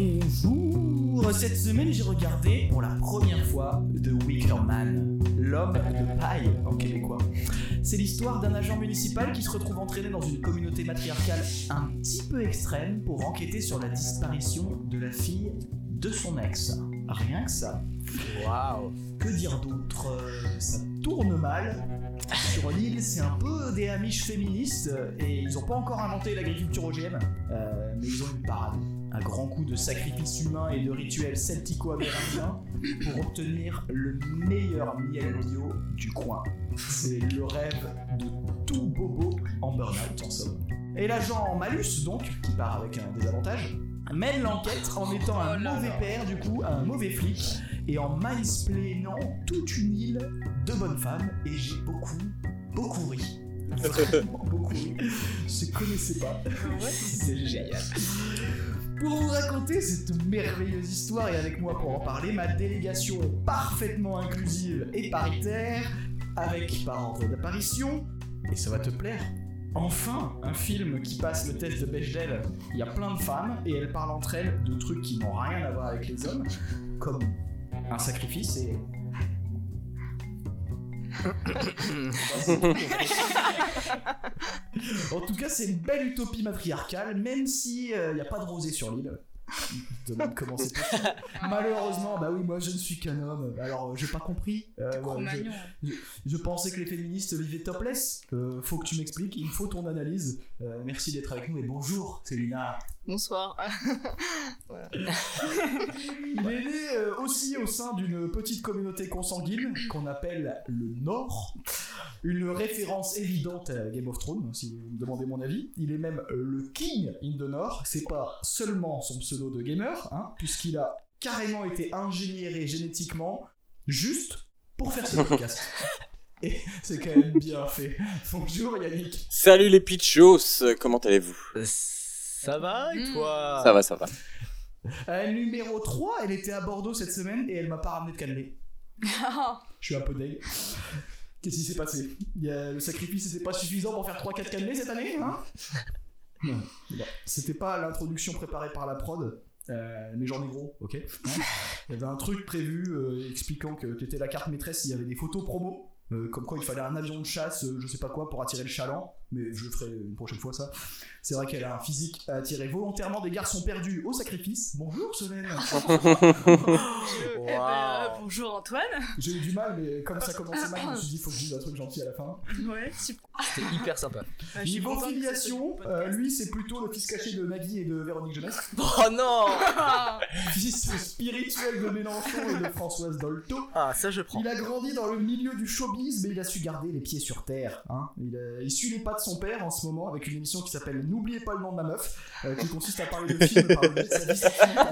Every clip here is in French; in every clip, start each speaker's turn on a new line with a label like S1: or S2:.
S1: Bonjour Cette semaine, j'ai regardé pour la première fois The Wicker Man, l'homme de paille en québécois. C'est l'histoire d'un agent municipal qui se retrouve entraîné dans une communauté matriarcale un petit peu extrême pour enquêter sur la disparition de la fille de son ex. Rien que ça.
S2: Waouh
S1: Que dire d'autre Euh, Ça tourne mal. Sur l'île, c'est un peu des Amish féministes euh, et ils n'ont pas encore inventé l'agriculture OGM, euh, mais ils ont une parade. Un grand coup de sacrifice humain et de rituels celtico-amérindiens pour obtenir le meilleur miel bio du coin. C'est le rêve de tout bobo en burn-out en somme. Et l'agent Malus, donc, qui part avec un désavantage, mène l'enquête en étant un
S3: Oh là
S1: mauvais
S3: là.
S1: père, du coup, un mauvais flic, et en mansplainant toute une île de bonnes femmes, et j'ai beaucoup, beaucoup ri. Vraiment beaucoup ri. Je connaissais
S3: Ah
S1: pas. C'est génial. Pour vous raconter cette merveilleuse histoire et avec moi pour en parler, ma délégation parfaitement inclusive et paritaire, avec par ordre d'apparition, et ça va te plaire. Enfin, un film qui passe le test de Bechdel. Il y a plein de femmes et elles parlent entre elles de trucs qui n'ont rien à voir avec les hommes, comme un sacrifice et. en tout cas, c'est une belle utopie matriarcale, même si euh, il n'y a pas de rosée sur l'île. Je me demande comment c'est possible. Malheureusement, bah oui, moi je ne suis qu'un homme. Alors, euh, j'ai pas compris. Euh, ouais, je-
S3: Cro-Magnon.
S1: je pensais que les féministes vivaient topless. Euh, faut que tu m'expliques, il faut ton analyse. Euh, merci d'être avec nous et bonjour, c'est Lina.
S3: Bonsoir.
S1: Il est né euh, aussi au sein d'une petite communauté consanguine qu'on appelle le Nord. Une référence évidente à Game of Thrones, si vous me demandez mon avis. Il est même euh, le King in the Nord. C'est pas seulement son pseudo de gamer, hein, puisqu'il a carrément été ingénieré génétiquement juste pour faire ce podcast. Et c'est quand même bien fait. Bonjour Yannick.
S4: Salut les pitchos, euh, comment allez-vous
S2: Ça va et
S3: Mm.
S4: Ah.
S2: toi
S4: Ça va, ça va.
S1: Euh, numéro 3, elle était à Bordeaux cette semaine et elle m'a pas ramené de cannelé.
S3: Eh ben,
S1: Je suis un peu deg. Qu'est-ce qui s'est passé Il y a- Le sacrifice, c'était pas suffisant pour faire 3-4 cannelés cette année hein Non. Bon, C'était pas l'introduction préparée par la prod. Euh, mais j'en ai gros, ok Hein Il y avait un truc prévu euh, expliquant que t'étais la carte maîtresse, il y avait des photos promo. euh, comme quoi il fallait un avion de chasse, euh, je sais pas quoi, pour attirer le chaland, mais je ferai une prochaine fois ça. C'est vrai qu'elle a un physique à attirer volontairement des garçons perdus au sacrifice. Bonjour Solène
S3: Eh ben, euh, bonjour Antoine.
S1: J'ai eu du mal, mais comme ça commençait mal, je me suis dit, faut que je dise un truc gentil à la fin.
S3: Ouais, super.
S2: C'était hyper sympa.
S3: Bah, je suis
S1: Niveau
S3: contente que ça
S1: filiation,
S3: soit
S1: euh,
S3: le
S1: lui, c'est plutôt le fils caché de Nagui et de Véronique Jeunesse.
S2: Oh non
S3: podcast.
S1: Fils spirituel de Mélenchon et de Françoise Dolto.
S2: Ah, ça je prends.
S1: Il a grandi dans le milieu du showbiz, mais il a su garder les pieds sur terre. hein. Il, euh, il suit les pas de son père en ce moment avec une émission qui s'appelle N'oubliez pas le nom de ma meuf, euh, qui consiste à parler de films par le biais de sa vie sexuelle.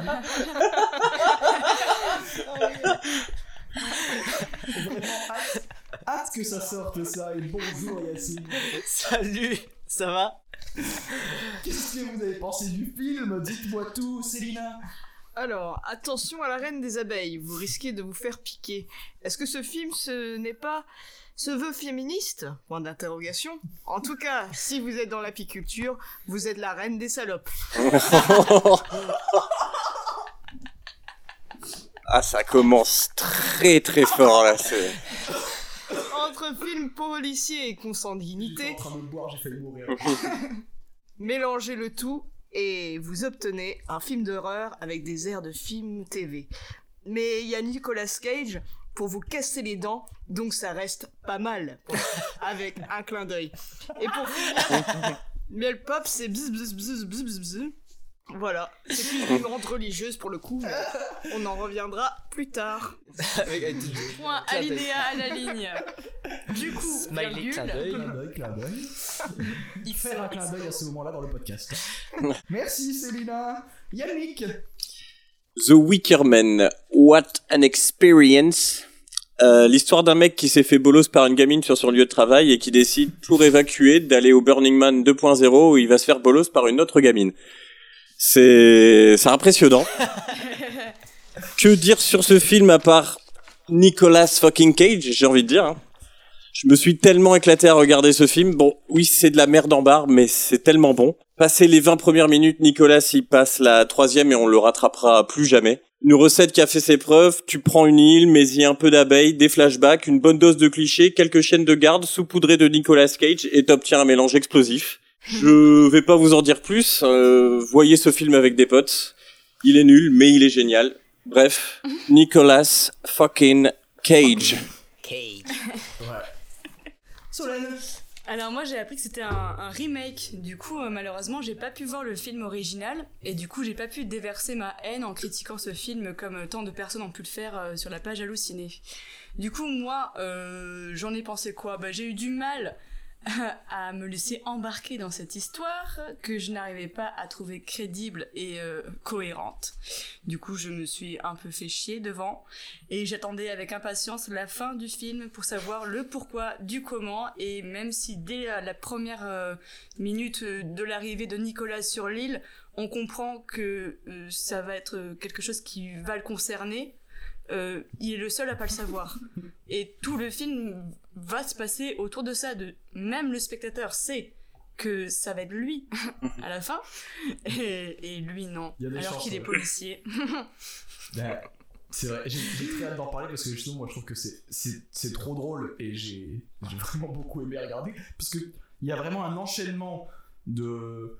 S1: Vraiment hâte, hâte que ça sorte ça. Et bonjour Yacine.
S2: Salut Ça va
S1: Qu'est-ce que vous avez pensé du film Dites-moi tout, Célina.
S5: Alors, attention à la reine des abeilles, vous risquez de vous faire piquer. Est-ce que ce film ce n'est pas ce vœu féministe Point d'interrogation. En tout cas, si vous êtes dans l'apiculture, vous êtes la reine des salopes.
S4: ah, ça commence très très fort là. c'est-
S5: Entre films policiers et
S1: J'étais en
S5: consanguinité,
S1: train de boire, j'ai failli mourir.
S5: mélangez le tout et vous obtenez un film d'horreur avec des airs de film TV. Mais il y a Nicolas Cage pour vous casser les dents, donc ça reste pas mal, avec un clin d'œil. Et pour finir, Miel Pop, c'est bzz bzz bzz bzz bzz bzz. Voilà, c'est plus une rente religieuse pour le coup, mais on en reviendra plus tard.
S2: Avec un petit
S6: Ah,
S3: Point
S2: Clin d'œil.
S3: alinéa à la ligne. Du coup,
S2: smiley clin d'œil.
S1: Clin d'œil, clin d'œil.
S3: il fait
S1: Faire un clin d'œil à ce moment-là dans le podcast. Merci Célina. Yannick.
S4: The Wicker Man, what an experience Euh, L'histoire d'un mec qui s'est fait bolos par une gamine sur son lieu de travail et qui décide, pour évacuer, d'aller au Burning Man 2.0 où il va se faire bolos par une autre gamine. C'est c'est impressionnant. que dire sur ce film à part Nicolas fucking Cage, j'ai envie de dire. hein. Je me suis tellement éclaté à regarder ce film. Bon, oui, c'est de la merde en barre, mais c'est tellement bon. Passer les 20 premières minutes, Nicolas il passe la troisième et on le rattrapera plus jamais. Une recette qui a fait ses preuves, tu prends une île, mais y a un peu d'abeilles, des flashbacks, une bonne dose de clichés, quelques chaînes de garde saupoudrées de Nicolas Cage et t'obtiens un mélange explosif. Je vais pas vous en dire plus, euh, voyez ce film avec des potes. Il est nul, mais il est génial. Bref, Nicolas fucking Cage.
S1: Solène
S6: Alors moi j'ai appris que c'était un, un remake, du coup euh, malheureusement j'ai pas pu voir le film original et du coup j'ai pas pu déverser ma haine en critiquant ce film comme euh, tant de personnes ont pu le faire euh, sur la page hallucinée. Du coup moi euh, j'en ai pensé quoi Bah j'ai eu du mal à me laisser embarquer dans cette histoire que je n'arrivais pas à trouver crédible et euh, cohérente. Du coup je me suis un peu fait chier devant et j'attendais avec impatience la fin du film pour savoir le pourquoi du comment et même si dès la, la première euh, minute euh, de l'arrivée de Nicolas sur l'île, on comprend que euh, ça va être euh, quelque chose qui va le concerner, euh, il est le seul à pas le savoir. Et tout le film va se passer autour de ça, de même le spectateur sait que ça va être lui à la fin et, et lui non
S1: Il y a des
S6: alors
S1: chances,
S6: qu'il est
S1: ouais.
S6: policier
S1: Ben, c'est vrai, j'ai- j'ai très hâte d'en parler parce que justement, moi je trouve que c'est- c'est c'est trop drôle et j'ai j'ai vraiment beaucoup aimé regarder parce qu'il y a vraiment un enchaînement de,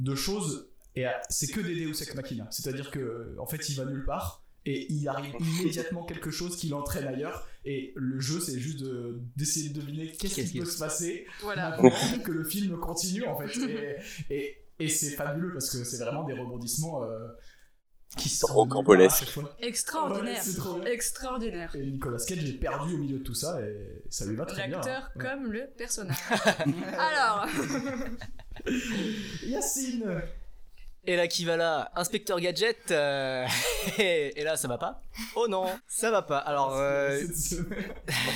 S1: de choses et euh, c'est que des Deus Ex Machina. C'est-à-dire que en fait, il va nulle part et il arrive immédiatement quelque chose qui l'entraîne ailleurs et le jeu c'est juste de- d'essayer de deviner qu'est-ce qui peut se passer
S6: voilà
S1: maintenant que le film continue en fait. Et, et, et c'est fabuleux parce que c'est vraiment des rebondissements euh, qui sont
S4: Rocambolesques.
S1: à chaque fois. Ouais,
S6: extraordinaire
S1: c'est trop bien.
S6: extraordinaire
S1: Et Nicolas Cage est perdu au milieu de tout ça et ça lui va très bien.
S6: l'acteur
S1: hein.
S6: comme le personnage alors
S1: Ouais. Yacine
S2: Et là qui va là Inspecteur Gadget euh, et, et là ça va pas Oh non, ça va pas. Alors euh,
S1: Cette semaine.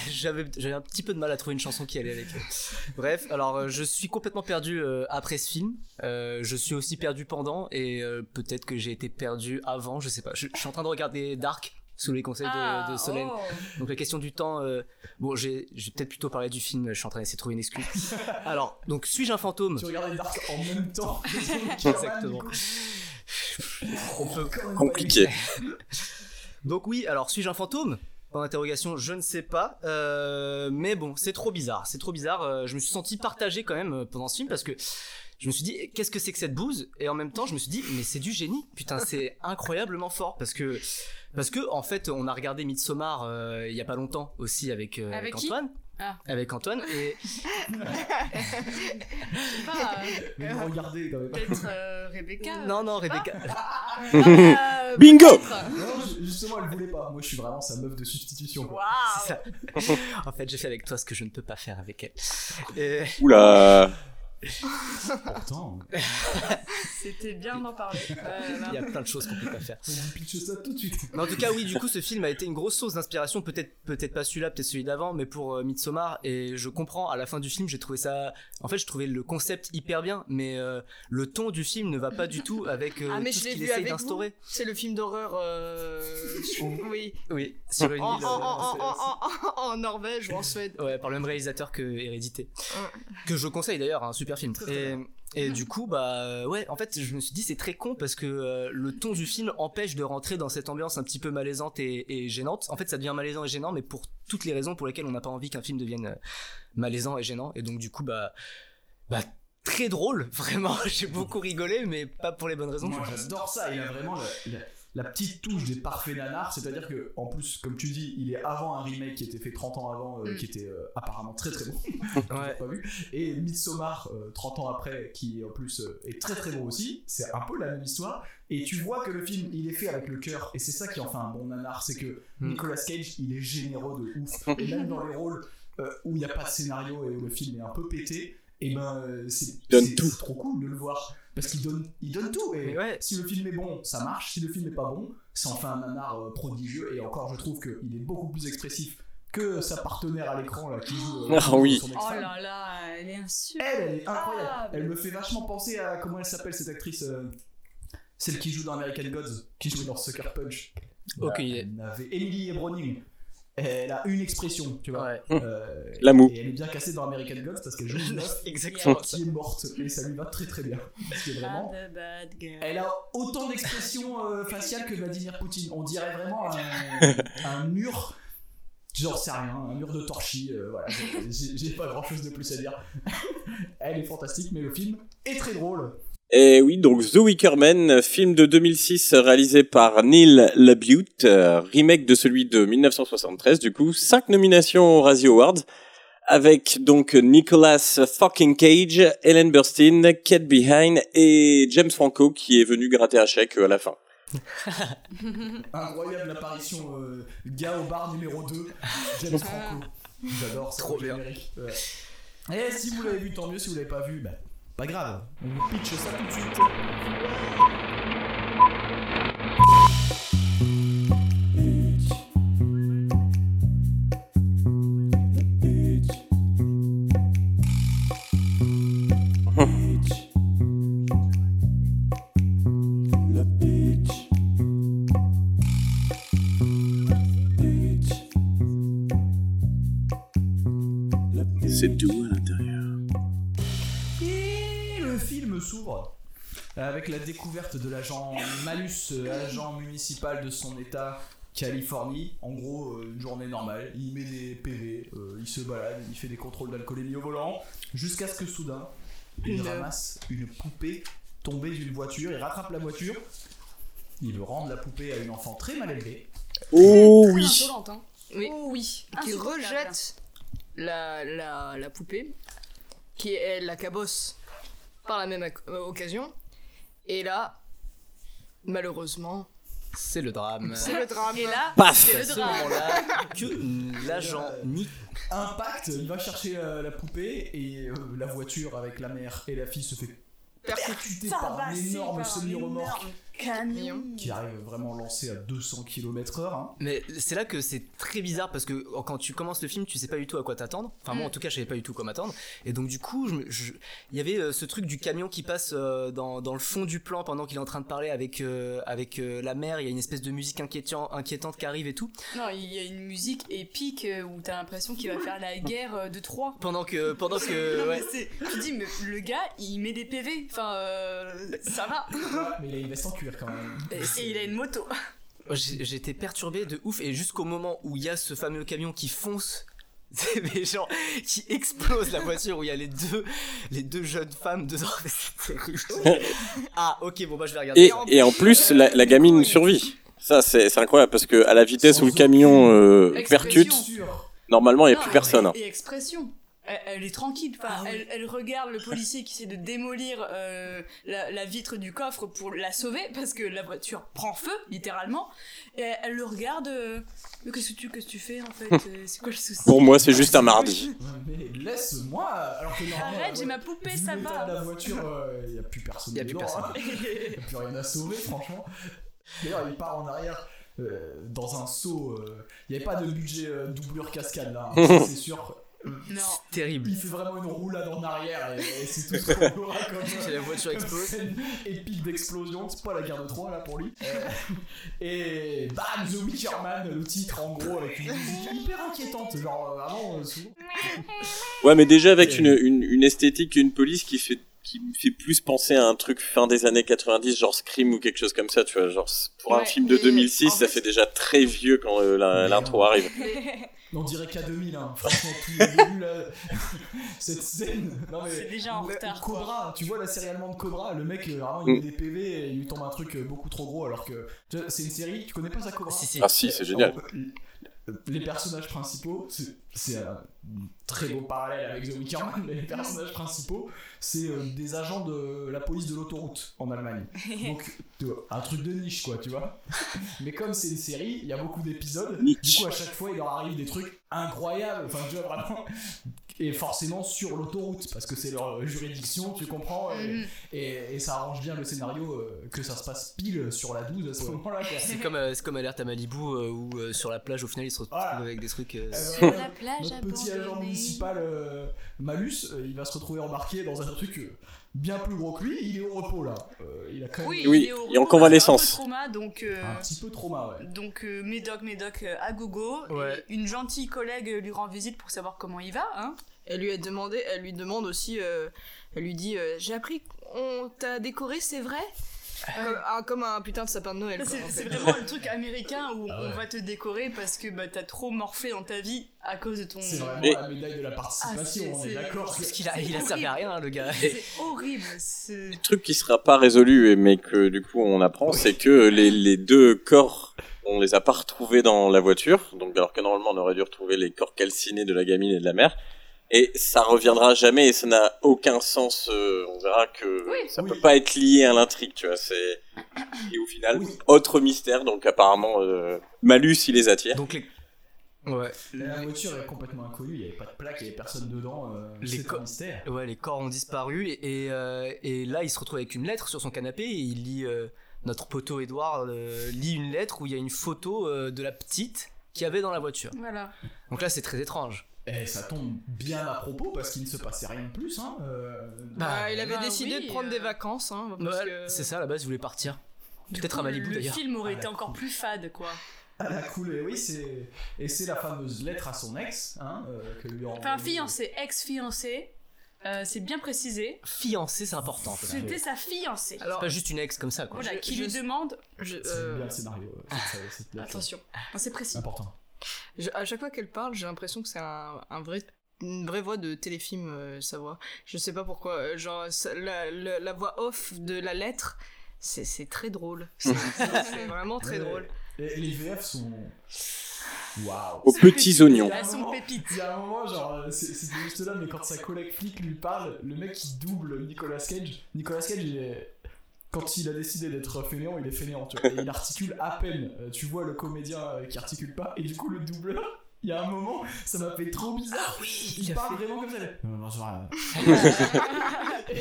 S2: j'avais j'avais un petit peu de mal à trouver une chanson qui allait avec. Bref, alors euh, je suis complètement perdu euh, après ce film. Euh, je suis aussi perdu pendant et euh, peut-être que j'ai été perdu avant, je sais pas. Je, je suis en train de regarder Dark sous les conseils de-
S6: Ah,
S2: de, Solène.
S6: oh.
S2: Donc la question du temps, euh, bon, j'ai j'ai peut-être plutôt parlé du film. Je suis en train d'essayer de trouver une excuse. Alors, donc suis-je un fantôme
S1: Tu regardais Dark en même temps.
S2: Exactement. On peut-
S4: Compliqué.
S2: Donc oui, alors suis-je un fantôme Point d'interrogation, je ne sais pas. Euh, mais bon, c'est trop bizarre. C'est trop bizarre. Euh, je me suis senti partagé quand même euh, pendant ce film parce que je me suis dit eh, qu'est-ce que c'est que cette bouse Et en même temps, je me suis dit mais c'est du génie. Putain, c'est incroyablement fort parce que parce que en fait, on a regardé Midsommar euh, il y a pas longtemps aussi avec, euh,
S6: Avec qui
S2: Antoine.
S6: Ah.
S2: Avec Antoine et
S6: pas, euh,
S1: Mais vous regardez quand même.
S6: Peut-être euh, Rebecca
S2: non non Rebecca.
S6: Euh,
S4: Bingo
S6: peut-être.
S1: Non, ju- justement, elle voulait pas. Moi, je suis vraiment sa meuf de substitution. quoi.
S6: Waouh
S2: C'est ça. en fait, j'ai fait avec toi ce que je ne peux pas faire avec elle. Et-
S4: Oula.
S1: Pourtant,
S6: C'était bien d'en parler.
S3: Euh,
S2: Il y a plein de choses qu'on peut pas faire.
S1: on vous pitche ça tout de suite.
S2: Mais en tout cas, oui, du coup, ce film a été une grosse source d'inspiration. Peut-être, peut-être pas celui-là, peut-être celui d'avant, mais pour euh, Midsommar. Et je comprends. À la fin du film, j'ai trouvé ça. En fait, je trouvais le concept hyper bien, mais euh, le ton du film ne va pas du tout avec euh,
S5: Ah, mais
S2: tout
S5: je
S2: ce
S5: l'ai
S2: qu'il
S5: vu
S2: essaye
S5: avec
S2: d'instaurer.
S5: vous. C'est le film d'horreur. euh, oui.
S2: Oui, sur une
S5: En,
S3: Oh,
S5: en-
S2: île, euh,
S5: en-
S2: c'est-
S5: en- en- en- en Norvège ou en Suède.
S2: c'est- ouais, par le même réalisateur que Hérédité, que je conseille d'ailleurs, un super film. Et, et du coup, bah euh, ouais, en fait, je me suis dit c'est très con parce que euh, le ton du film empêche de rentrer dans cette ambiance un petit peu malaisante et, et gênante. En fait, ça devient malaisant et gênant, mais pour toutes les raisons pour lesquelles on n'a pas envie qu'un film devienne euh, malaisant et gênant. Et donc du coup, bah, bah très drôle, vraiment. J'ai beaucoup rigolé, mais pas pour les bonnes raisons.
S1: Moi,
S2: je pense.
S1: j'adore ça. Il a vraiment la, la- la petite touche des parfaits nanars. C'est-à-dire que, en plus, comme tu dis, il est avant un remake qui était fait 30 ans avant, euh,
S6: Mm.
S1: qui était euh, apparemment très très bon.
S2: Ouais.
S1: pas vu. Et Midsommar, euh, 30 ans après, qui en plus euh, est très très bon aussi, c'est un peu la même histoire. Et tu vois que le film, il est fait avec le cœur. Et c'est ça qui en fait un bon nanar, c'est que
S4: Hmm.
S2: Mm.
S1: Nicolas Cage, il est généreux de ouf. Et même dans les rôles euh, où il n'y a pas de scénario et où le film est un peu pété, et ben euh, c'est
S4: donne
S1: c'est-
S4: tout.
S1: c'est trop cool de le voir. Parce qu'il donne, il donne tout. Et
S2: Mais ouais.
S1: si le film est bon, ça marche. Si le film est pas bon, c'est enfin un nanar euh, prodigieux. Et encore, je trouve qu'il est beaucoup plus expressif que sa partenaire à l'écran là qui joue euh,
S4: Ah oui.
S3: bah,
S1: son
S6: Oh
S1: ex-femme.
S6: là là, elle est insulte.
S1: Elle, elle est incroyable. elle me fait vachement penser à comment elle s'appelle cette actrice, euh, celle qui joue dans American Gods, qui joue dans Sucker Punch.
S2: Aucune
S1: Bah,
S2: idée.
S1: elle n'avait- Emily Browning. elle a une expression, tu vois.
S2: Ouais.
S1: Euh,
S4: La moue.
S1: Et elle est bien cassée dans American Gods parce qu'elle joue une meuf
S2: Exactement.
S1: qui est morte et ça lui va très très bien. Parce que vraiment,
S3: Ah, the bad girl.
S1: elle a autant d'expressions euh, faciales que Vladimir Poutine. On dirait vraiment un, un mur. J'en sais rien, un mur de torchis. euh, voilà, J'ai- j'ai j'ai pas grand chose de plus à dire. elle est fantastique, mais le film est très drôle.
S4: Et Eh oui, donc The Wicker Man, film de 2006 réalisé par Neil Labute, euh, remake de celui de 1973, du coup, cinq nominations aux Razzie Awards, avec donc Nicolas fucking Cage, Ellen Burstyn, Kate Behind et James Franco qui est venu gratter un chèque euh, à la fin.
S1: Incroyable apparition euh, gars au bar numéro 2, James Franco. J'adore, c'est
S2: Trop
S1: le générique. Ouais. Et si vous l'avez vu, tant mieux. Si vous l'avez pas vu, bah, pas grave. On vous pitch ça tout de suite.
S4: C'est doux à l'intérieur.
S1: Et le film s'ouvre euh, avec la découverte de l'agent Malus, euh, agent municipal de son état, Californie. En gros, euh, une journée normale. Il met des PV, euh, il se balade, il fait des contrôles d'alcoolémie au volant, jusqu'à ce que soudain, il
S5: Une-
S1: ramasse une poupée tombée d'une voiture, il rattrape la voiture. Il veut rendre la poupée à une enfant très mal élevée.
S4: Oh oui
S3: Très insolente, hein.
S5: Oui.
S3: Oh oui.
S5: qui
S3: Insupportable.
S5: rejette la, la, la poupée, qui elle la cabosse par la même ac- euh, occasion. Et là, malheureusement,
S2: C'est le drame.
S5: c'est le drame.
S3: Et là,
S4: Paf
S3: c'est
S2: à
S3: le
S2: ce
S3: drame.
S2: moment-là que l'agent Nick
S1: Impact, il va chercher euh, la poupée et euh, la voiture avec la mère et la fille se fait percuter par un
S3: Tabassé
S1: énorme
S3: par un
S1: semi-remorque.
S3: énorme Camion.
S1: qui arrive vraiment lancé à 200 km/h. hein.
S2: Mais c'est là que c'est très bizarre parce que quand tu commences le film, tu sais pas du tout à quoi t'attendre. Enfin,
S3: Mm.
S2: moi en tout cas, je savais pas du tout quoi m'attendre. Et donc, du coup, je me- je- il y avait euh, ce truc du camion qui passe euh, dans, dans le fond du plan pendant qu'il est en train de parler avec, euh, avec euh, la mère. Il y a une espèce de musique inquiétant- inquiétante qui arrive et tout.
S3: Non, il y a une musique épique euh, où t'as l'impression qu'il va faire la guerre euh, de Troie.
S2: Pendant que. Pendant que
S3: Non,
S2: ouais.
S3: mais c'est- Tu dis, mais le gars, il met des PV. Enfin, euh, ça va.
S1: Mais il a une veste en cuir quand même.
S3: Et, et il a une moto.
S2: J'ai- J'étais perturbé de ouf et jusqu'au moment où il y a ce fameux camion qui fonce c'est des gens qui explosent la voiture où il y a les deux les deux jeunes femmes dedans Mais c'est terrible. ah ok bon bah je vais regarder
S4: Et, et en plus, la, la gamine survit. Ça, c'est c'est incroyable parce que à la vitesse où le camion euh, percute,
S1: Sûr.
S4: normalement, il n'y a
S3: Non,
S4: plus personne. hein.
S3: Et, et expression. Elle, elle est tranquille. Enfin,
S2: Ah oui.
S3: elle, elle regarde le policier qui essaie de démolir euh, la, la vitre du coffre pour la sauver parce que la voiture prend feu, littéralement. Et elle, elle le regarde. euh, mais qu'est-ce que tu, qu'est-ce que tu fais en fait Euh, C'est quoi le souci
S4: Pour moi, c'est juste un mardi.
S1: Mais laisse-moi Alors que normalement.
S3: Arrête,
S1: la
S3: j'ai
S1: vo-
S3: ma poupée,
S1: vu
S3: ça
S1: l'état de La
S3: va.
S1: voiture, il n'y a plus personne.
S2: Y a plus
S1: dedans,
S2: personne.
S1: hein. Y a plus rien à sauver, franchement. D'ailleurs, il part en arrière. euh, dans un saut, il n'y avait pas de budget euh, doublure cascade là, hein, ça, c'est sûr.
S3: Non.
S2: terrible
S1: Il fait vraiment une roulade en arrière et, et c'est tout ce qu'on aura comme,
S2: C'est la voiture explose
S1: Scène épique d'explosion, c'est pas la guerre de Troie là pour lui. Euh, et bam, The Wicker Man, le titre en gros avec une musique hyper inquiétante, genre euh, vraiment euh, souvent.
S4: Ouais, mais déjà avec une, une, une esthétique et une police qui fait qui me fait plus penser à un truc fin des années 90, genre Scream ou quelque chose comme ça, tu vois. Genre, c'est- pour un
S5: Ouais,
S4: film de
S5: mais
S4: 2006,
S5: en
S4: ça
S5: fait-
S4: fait déjà très vieux quand euh, la-
S1: Mais
S4: l'intro
S1: non.
S4: arrive.
S1: On dirait qu'à 2000, hein. franchement, tout le début là, cette scène. Non, mais-
S3: C'est déjà en
S1: le-
S3: retard, quoi.
S1: Cobra, tu vois la série allemande Cobra, le mec euh, vraiment il met des PV et il lui tombe un truc euh, beaucoup trop gros alors que tu vois, c'est une série, tu connais pas ça Cobra
S2: si si
S4: Ah si, c'est génial.
S1: Alors, euh, Les personnages principaux, c'est- c'est un très beau parallèle avec The Wicker Man, mais les personnages principaux, c'est euh, des agents de la police de l'autoroute en Allemagne. Donc, tu vois, un truc de niche, quoi, tu vois. Mais comme c'est une série, il y a beaucoup d'épisodes, du
S4: Niche.
S1: coup, à chaque fois, il leur arrive des trucs incroyables, enfin, tu vois, vraiment. Et forcément sur l'autoroute, parce que c'est leur euh, juridiction, tu comprends, et,
S3: Mhm.
S1: et- et ça arrange bien le scénario euh, que ça se passe pile sur la 12 à ce moment-là, quoi.
S2: c'est comme euh, c'est comme alerte à Malibu euh, où euh, sur la plage au final ils se retrouvent
S1: Voilà.
S2: avec des trucs euh,
S1: Euh,
S3: Sur la plage
S1: Notre petit agent
S3: abandonnée.
S1: municipal euh, Malus, euh, il va se retrouver embarqué dans un truc euh, bien plus gros que lui, il est au repos là. Euh, il a quand même
S3: Oui,
S4: Oui,
S3: il est au
S4: il est en
S3: repos,
S4: convalescence.
S3: c'est un peu trauma, donc, euh,
S2: Ah.
S1: un petit peu trauma, ouais.
S3: donc euh, médoc, médoc euh, à gogo. Et
S2: Ouais.
S3: une gentille collègue lui rend visite pour savoir comment il va. Hein.
S5: Elle lui a demandé, elle lui demande aussi, euh, elle lui dit, euh, j'ai appris qu'on t'a décoré, c'est vrai comme, ah, comme un putain de sapin de Noël. quoi,
S3: C'est
S5: en
S3: c'est
S5: fait.
S3: vraiment le truc américain où
S1: Ah ouais.
S3: on va te décorer parce que bah, t'as trop morflé dans ta vie à cause de ton.
S1: C'est vraiment
S4: Et-
S1: la médaille de la participation,
S3: Ah, c'est-
S1: on est
S3: c'est-
S1: d'accord.
S2: Parce qu'il a, il a servi à rien, hein, le gars.
S3: C'est horrible. c'est-
S4: truc qui sera pas résolu, et- mais que du coup on apprend, c'est que les, les deux corps, on les a pas retrouvés dans la voiture, donc alors que normalement on aurait dû retrouver les corps calcinés de la gamine et de la mère, et ça reviendra jamais, et ça n'a aucun sens. euh, on verra que
S3: Oui.
S4: ça peut
S1: Oui.
S4: pas être lié à l'intrigue, tu vois. C'est et au final
S1: Oui.
S4: autre mystère, donc apparemment euh, Malus il les attire.
S2: Donc les. Ouais.
S1: La voiture est complètement inconnue, il n'y avait pas de plaque, il n'y avait personne dedans. euh,
S2: Les
S1: C'était
S2: co-
S1: un mystère.
S2: Ouais, les corps ont disparu et, et, euh, et là il se retrouve avec une lettre sur son canapé et il lit euh, notre poteau Edouard euh, lit une lettre où il y a une photo euh, de la petite qu'il y avait dans la voiture.
S3: Voilà.
S2: Donc là c'est très étrange.
S1: Et ça tombe bien à propos parce qu'il ne se passait rien de plus. Hein. euh,
S5: Bah,
S2: Bah,
S5: il avait
S3: bah
S5: décidé
S3: oui,
S5: de prendre
S3: euh,
S5: des vacances. Hein, parce
S2: Ouais,
S5: que-
S2: C'est ça à la base il voulait partir.
S3: Du
S2: Peut-être
S3: coup,
S2: à Malibu
S3: Le
S2: d'ailleurs.
S3: film aurait
S1: Ah,
S3: été
S1: la
S3: encore plus fade, quoi.
S1: à la cool, et oui, c'est. Et c'est la fameuse lettre à son ex, hein, euh, que lui a
S3: Enfin,
S1: envoyé-
S3: fiancé, ex-fiancé. euh, c'est bien précisé.
S2: Fiancé c'est important. C'est
S3: C'était sa fiancée.
S5: Alors,
S2: pas juste une ex comme ça quoi.
S3: Voilà,
S5: je-
S3: qui
S5: je-
S3: lui demande.
S5: je-
S1: C'est
S5: euh,
S1: bien le scénario, ouais, cette- cette lettre-là.
S3: Attention, Non, c'est
S1: C'est
S3: précis.
S1: important.
S5: Je- à chaque fois qu'elle parle, j'ai l'impression que c'est un, un vrai une vraie voix de téléfilm euh, sa voix je sais pas pourquoi euh, genre ça- la, la- la voix off de la lettre c'est c'est très drôle c'est c'est vraiment très
S1: Ouais.
S5: drôle
S1: Et les VF sont. Waouh!
S4: Aux petits oignons.
S3: Elles sont pépites.
S1: Il y a un moment, genre, euh, c'est c'est juste là, mais quand sa collègue flic lui parle, le mec qui double Nicolas Cage, Nicolas Cage, il est- quand il a décidé d'être fainéant, il est fainéant, tu vois, et il articule à peine. Euh, tu vois le comédien euh, qui articule pas, et du coup, le doubleur, il y a un moment, ça m'a fait trop bizarre. il,
S2: Ah il a
S1: parle vraiment comme ça. là. Euh, bonjour, euh. et,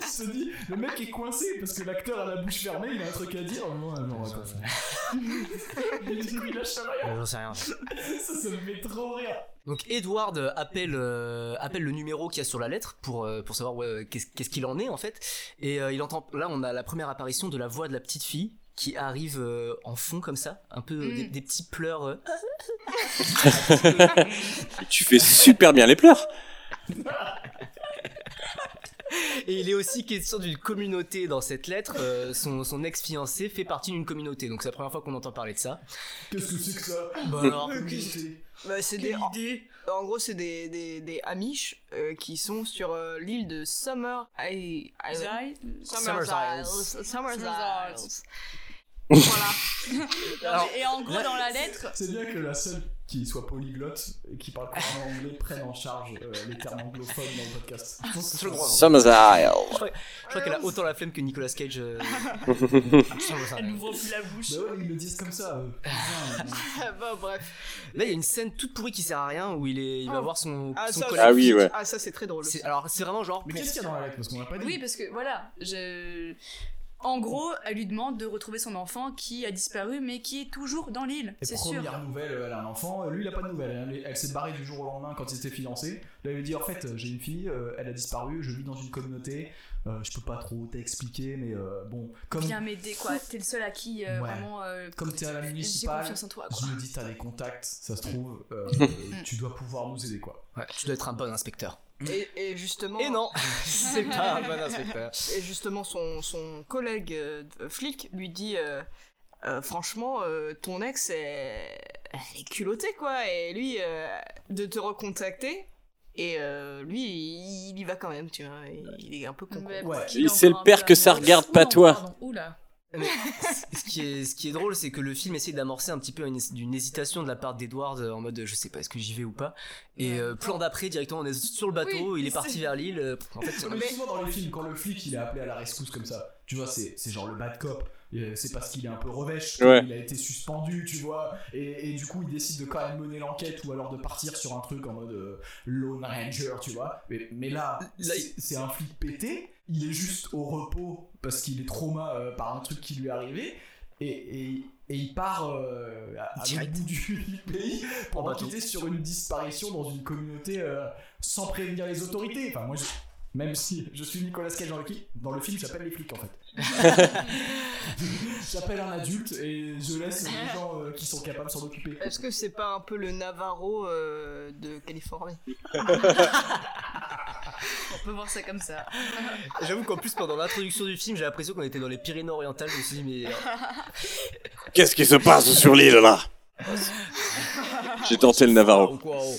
S1: tu te dis, le mec est coincé parce que l'acteur a la bouche fermée, il a un truc à dire. euh, non, euh, non, on va pas faire. Et du coup, il lâche sa maille.
S2: Ouais, J'en sais rien.
S1: Ça, ça me fait trop rire.
S2: Donc Edward euh, appelle, euh, appelle le numéro qu'il y a sur la lettre pour, euh, pour savoir ouais, euh, qu'est-ce qu'est-ce qu'il en est en fait. Et euh, il entend, là on a la première apparition de la voix de la petite fille qui arrive euh, en fond comme ça, un peu euh, des,
S3: Mm.
S2: des petits pleurs. euh,
S4: Et tu fais super bien les pleurs.
S2: Et il est aussi question d'une communauté dans cette lettre. Euh, son son ex-fiancé fait partie d'une communauté, donc c'est la première fois qu'on entend parler de ça.
S1: Qu'est-ce que c'est que ça
S2: Bon alors,
S5: Bah, c'est des, en, en gros c'est des, des, des Amish euh, qui sont sur euh, l'île de Summer I- Island
S2: Summer's Isles.
S5: Summer's
S3: Summer's
S5: Isles.
S3: Voilà.
S2: Alors,
S3: et en gros,
S2: là-
S3: dans la lettre,
S1: C'est bien que la seule qui soit polyglotte et qui parle couramment anglais prenne en charge euh, les termes anglophones dans le podcast.
S2: je crois, je
S4: Summer's Isle.
S2: hein. crois qu'elle a autant la flemme que Nicolas Cage. euh, sur le sein.
S3: elle n'ouvre plus la bouche.
S1: Bah ouais, ils le disent comme ça. euh.
S3: Ah.
S1: Putain,
S5: bah bref
S2: Là, il y a une scène toute pourrie qui sert à rien où il, est, il va
S5: Oh.
S2: voir son,
S5: ah
S2: son
S5: ça,
S2: collègue.
S4: Ah oui, ouais.
S5: ah, ça c'est très drôle
S2: C'est- Alors, c'est vraiment genre.
S1: mais qu'est-ce qu'il y a dans la lettre Parce qu'on l'a pas dit.
S3: Oui, parce que voilà, je. En gros, elle lui demande de retrouver son enfant qui a disparu, mais qui est toujours dans l'île,
S1: Et
S3: c'est sûr.
S1: première nouvelle, euh, elle a un enfant. Lui, il a pas de nouvelles. Elle, elle s'est barrée du jour au lendemain quand il s'était fiancé. Là, il lui dit en fait, euh, j'ai une fille, euh, elle a disparu, je vis dans une communauté. euh, je peux pas trop t'expliquer, mais euh, bon, comme,
S3: Viens m'aider, quoi. T'es le seul à qui euh,
S1: Ouais.
S3: vraiment. euh,
S1: comme t'es à la
S3: J'ai
S1: municipale,
S3: confiance en toi,
S1: je
S3: quoi.
S1: me dis, t'as des contacts, ça se trouve, euh, tu dois pouvoir nous aider quoi.
S2: Ouais, tu dois être un bon inspecteur.
S5: et, et justement
S2: Et non, c'est pas un bon inspecteur.
S5: Et justement, son, son collègue euh, flic lui dit euh, Euh, Franchement, euh, ton ex, est... elle est culottée, quoi. Et lui, euh, de te recontacter. Et euh, lui, il, il y va quand même, tu vois. Il, il est un peu
S2: Bah,
S5: con.
S6: Euh,
S5: quoi.
S3: Mais
S1: Ouais.
S3: qu'il
S4: C'est le
S3: encore un
S4: père
S3: peu
S4: que ça
S3: amoureux.
S4: regarde
S3: Ouh,
S4: pas,
S3: non,
S4: toi.
S3: pardon. Ouh là.
S2: Ce qui est, ce qui est drôle, c'est que le film essaie d'amorcer un petit peu une, d'une hésitation de la part d'Edward euh, en mode euh, je sais pas est-ce que j'y vais ou pas. Et euh, plan d'après, directement, on est sur le bateau,
S3: Oui,
S2: il est parti
S3: c'est-
S2: vers l'île. euh, En fait, c'est-
S1: Mais, souvent dans les films, quand le flic il est appelé à la rescousse comme ça, tu vois, c'est c'est genre le bad cop. euh, C'est parce qu'il est un peu revêche,
S4: Ouais.
S1: il a été suspendu, tu vois, et, et du coup il décide de quand même mener l'enquête ou alors de partir sur un truc en mode euh, Lone Ranger, tu vois. Mais, mais là,
S2: Là,
S1: c'est c'est un flic pété, il est juste au repos parce qu'il est trauma euh, par un truc qui lui est arrivé, et, et- et il part euh, à, à l'autre
S2: Direct.
S1: bout du pays pour
S2: En bateau.
S1: enquêter sur une disparition dans une communauté euh, sans prévenir les autorités. Enfin, moi, je- Même si je suis Nicolas Cage dans le, qui- dans le film, j'appelle les flics en fait. j'appelle un adulte et je laisse les gens euh, qui sont capables s'en occuper.
S5: Est-ce que c'est pas un peu le Navarro euh, de Californie
S6: On peut voir ça comme ça.
S1: Ah
S2: euh, J'avoue qu'en plus, pendant l'introduction du film, j'ai l'impression qu'on était dans les Pyrénées-Orientales. Je me suis dit, mais. euh,
S4: Qu'est-ce qui se passe sur l'île là J'ai tenté le Navarro.
S2: ou quoi, oh.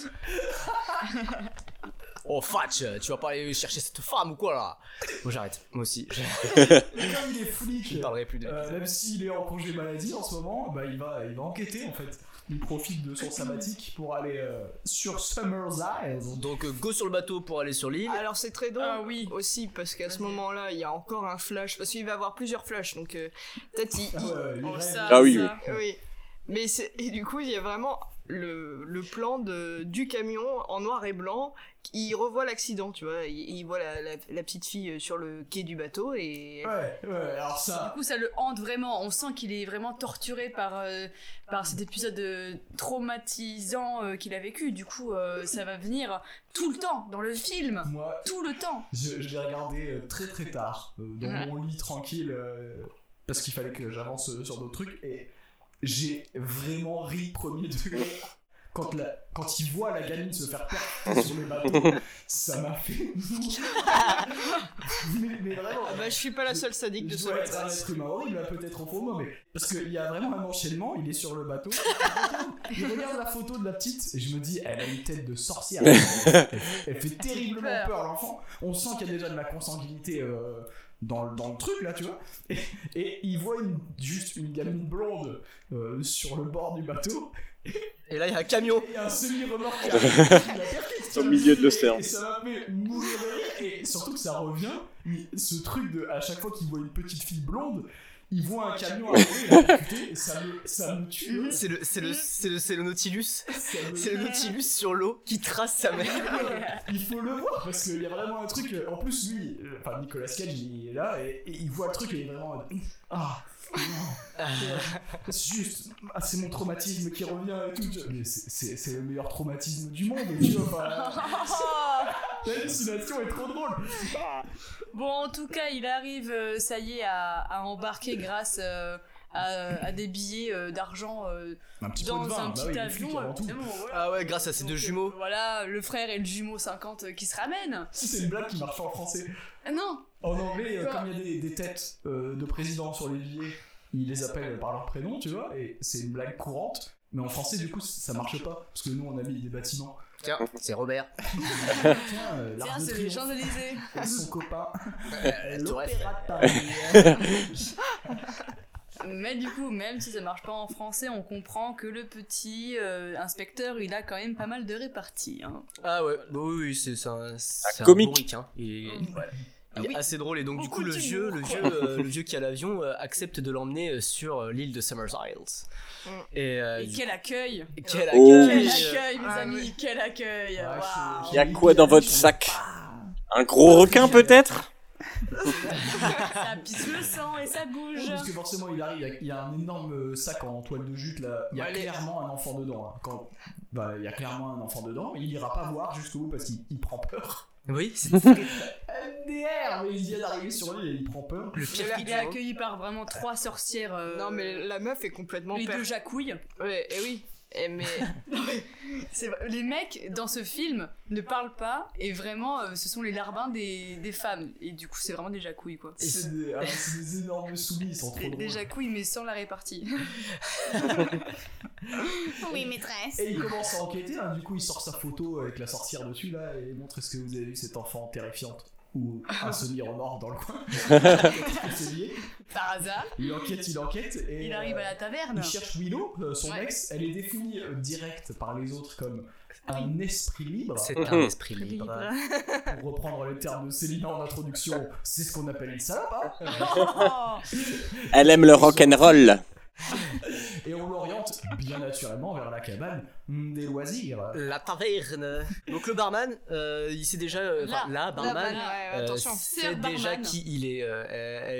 S2: Oh, Fatch, tu vas pas aller chercher cette femme ou quoi là Bon, j'arrête. Moi aussi, je
S1: Et comme il est flic,
S2: ne parlerai plus de.
S1: euh, même s'il est en congé maladie en ce moment, bah, il, va, il va enquêter en fait. Il profite de son sabbatique pour aller euh, sur Summer's Eyes.
S2: Donc, euh, go sur le bateau pour aller sur l'île.
S5: Alors c'est très drôle
S6: Ah oui.
S5: aussi parce qu'à ce
S6: Vas-y.
S5: moment-là il y a encore un flash parce qu'il va avoir plusieurs flashs donc euh, peut-être il-
S1: Ah ouais, il
S6: Oh,
S1: rêve.
S6: ça,
S4: Ah oui,
S6: ça.
S5: Oui. Mais c'est- et du coup, il y a vraiment le, le plan de, du camion en noir et blanc. Il revoit l'accident, tu vois. Il, il voit la, la- la petite fille euh, sur le quai du bateau et.
S1: Ouais, ouais, alors
S6: Du
S1: ça.
S6: coup, ça le hante vraiment. On sent qu'il est vraiment torturé par, euh, par cet épisode euh, traumatisant euh, qu'il a vécu. Du coup, euh, ça va venir tout le temps dans le film.
S1: Moi,
S6: Tout le temps.
S1: Je, je l'ai regardé euh, très très tard, euh, dans
S6: Ouais.
S1: mon lit tranquille, euh, parce qu'il fallait que j'avance euh, sur d'autres trucs, et j'ai vraiment ri premier degré. Quand, la, quand il voit la gamine se faire perdre sur le bateau, ça m'a fait mourir. mais, mais vraiment,
S5: Ah bah, je suis pas la seule sadique de
S1: je
S5: ce
S1: dois être un être humain horrible, hein, peut-être au fond moi, mais parce qu'il y a vraiment un enchaînement, il est sur le bateau, je regarde la photo de la petite et je me dis, elle a une tête de sorcière, elle fait- elle fait terriblement
S6: Peur.
S1: peur à l'enfant, on sent qu'il y a déjà de la consanguinité euh, dans, le- dans le truc là, tu vois, et, et il voit une- juste une gamine blonde euh, sur le bord du bateau
S2: Et là, il y a un camion.
S1: et un semi-remorqueur qui la percute, tu
S4: Au
S1: vois.
S4: milieu de l'océan.
S1: Et ça m'a fait mourir de rire. Et surtout que ça revient, mais ce truc de à chaque fois qu'il voit une petite fille blonde, il voit un camion arriver et la percuter, et ça me, ça me tue.
S2: C'est le, c'est le, c'est le, c'est le Nautilus.
S1: Ça me-
S2: C'est le Nautilus sur l'eau qui trace sa mère.
S1: Il faut le voir parce qu'il y a vraiment un truc. En plus, lui, euh, enfin Nicolas Cage, il est là et, et il voit le truc et il est vraiment. en mode, Ah non. C'est juste. ah, c'est mon traumatisme qui revient et tout. Mais c'est- c'est c'est le meilleur traumatisme du monde, tu vois. enfin, L'hallucination est trop drôle.
S6: Bon, en tout cas, il arrive, euh, ça y est, à, à embarquer grâce euh, à, à des billets euh, d'argent euh,
S1: Un petit
S6: dans
S1: pot de vin,
S6: un
S1: bah
S6: petit
S1: oui, les
S6: avion.
S1: flics avant tout.
S6: évidemment, voilà.
S2: Ah ouais, grâce à ces
S6: Donc,
S2: deux
S6: euh,
S2: jumeaux.
S6: Voilà, le frère et le jumeau 50 euh, qui se ramènent.
S1: Si c'est une blague qui marche en français.
S6: Ah non
S1: En anglais, euh,
S6: Quoi
S1: comme il y a des, des têtes euh, de présidents sur les billets, ils les appellent par leur prénom, tu vois, et c'est une blague courante. Mais en français, du coup, ça marche pas, parce que nous, on a mis des bâtiments.
S2: Tiens, c'est Robert.
S1: Tiens, euh, l'Arc
S6: Tiens,
S1: de
S6: c'est les
S1: Triomphe
S6: Champs-Élysées.
S1: et son copain,
S2: Euh, la Tour Eiffel.
S1: l'Opéra de Paris.
S6: Mais du coup, même si ça marche pas en français, on comprend que le petit euh, inspecteur, il a quand même pas mal de réparties. hein.
S2: Ah ouais, bah oui, oui, c'est c'est un, c'est un
S4: comique.
S2: bourrique, hein. Il est, il est
S6: oui.
S2: assez drôle et donc du
S6: Beaucoup
S2: coup le
S6: d'humour,
S2: vieux, le
S6: quoi.
S2: vieux, euh, le vieux qui a l'avion euh, accepte de l'emmener euh, sur euh, l'île de Summers Isles. Et, euh,
S6: Et
S2: du-
S6: quel accueil
S2: quel
S4: Oh
S6: Quel
S2: accueil, euh,
S6: accueil, mes
S5: Ah,
S6: amis
S5: oui.
S6: Quel accueil
S1: Ouais,
S6: Waouh.
S1: c'est-
S4: Y a quoi dans votre sac Un gros requin peut-être
S6: Ça pisse le sang et ça bouge
S1: Parce que forcément, il arrive, il y a- il y a un énorme euh, sac en toile de jute là. Il y a
S5: Allez.
S1: clairement un enfant dedans. hein. Quand, bah, il y a clairement un enfant dedans, mais il ira pas voir jusqu'au bout parce qu'il il prend peur.
S2: Oui, c'est
S1: MDR, mais il vient d'arriver sur lui et il prend peur.
S2: le pire.
S6: Il est accueilli par vraiment trois sorcières. euh,
S5: Non, mais la meuf est complètement
S6: les
S5: per-
S6: deux jacouilles.
S5: Ouais, et oui. Eh, mais
S6: C'est vrai, Les mecs dans ce film ne parlent pas et vraiment euh, ce sont les larbins des, des femmes. Et du coup, c'est vraiment des jacouilles quoi.
S1: Et C'est des, ah, c'est des énormes soumis, ils sont trop
S6: Des,
S1: drôles.
S6: des jacouilles mais sans la répartie.
S7: Oui, maîtresse.
S1: Et il commence à enquêter, hein, du coup il sort sa photo avec la sorcière dessus là et montre est-ce que vous avez vu cet enfant terrifiante ou un semi-remords dans le coin. Qu'est-ce que c'est lié
S6: Par hasard,
S1: il enquête, il enquête et euh,
S6: il arrive à la taverne.
S1: il cherche Willow, euh, son
S6: Ouais.
S1: ex, elle est définie euh, direct par les autres comme un esprit libre.
S2: C'est un esprit libre.
S1: Pour reprendre les termes de Céline en introduction, c'est ce qu'on appelle une salope. hein.
S6: Oh
S4: Elle aime le rock'n'roll.
S1: et on l'oriente oriente bien naturellement vers la cabane des loisirs.
S2: La taverne. Donc le barman, euh, il sait déjà, euh, enfin, la barman,
S6: ouais,
S2: euh,
S6: attention.
S2: sait déjà qui il est. euh,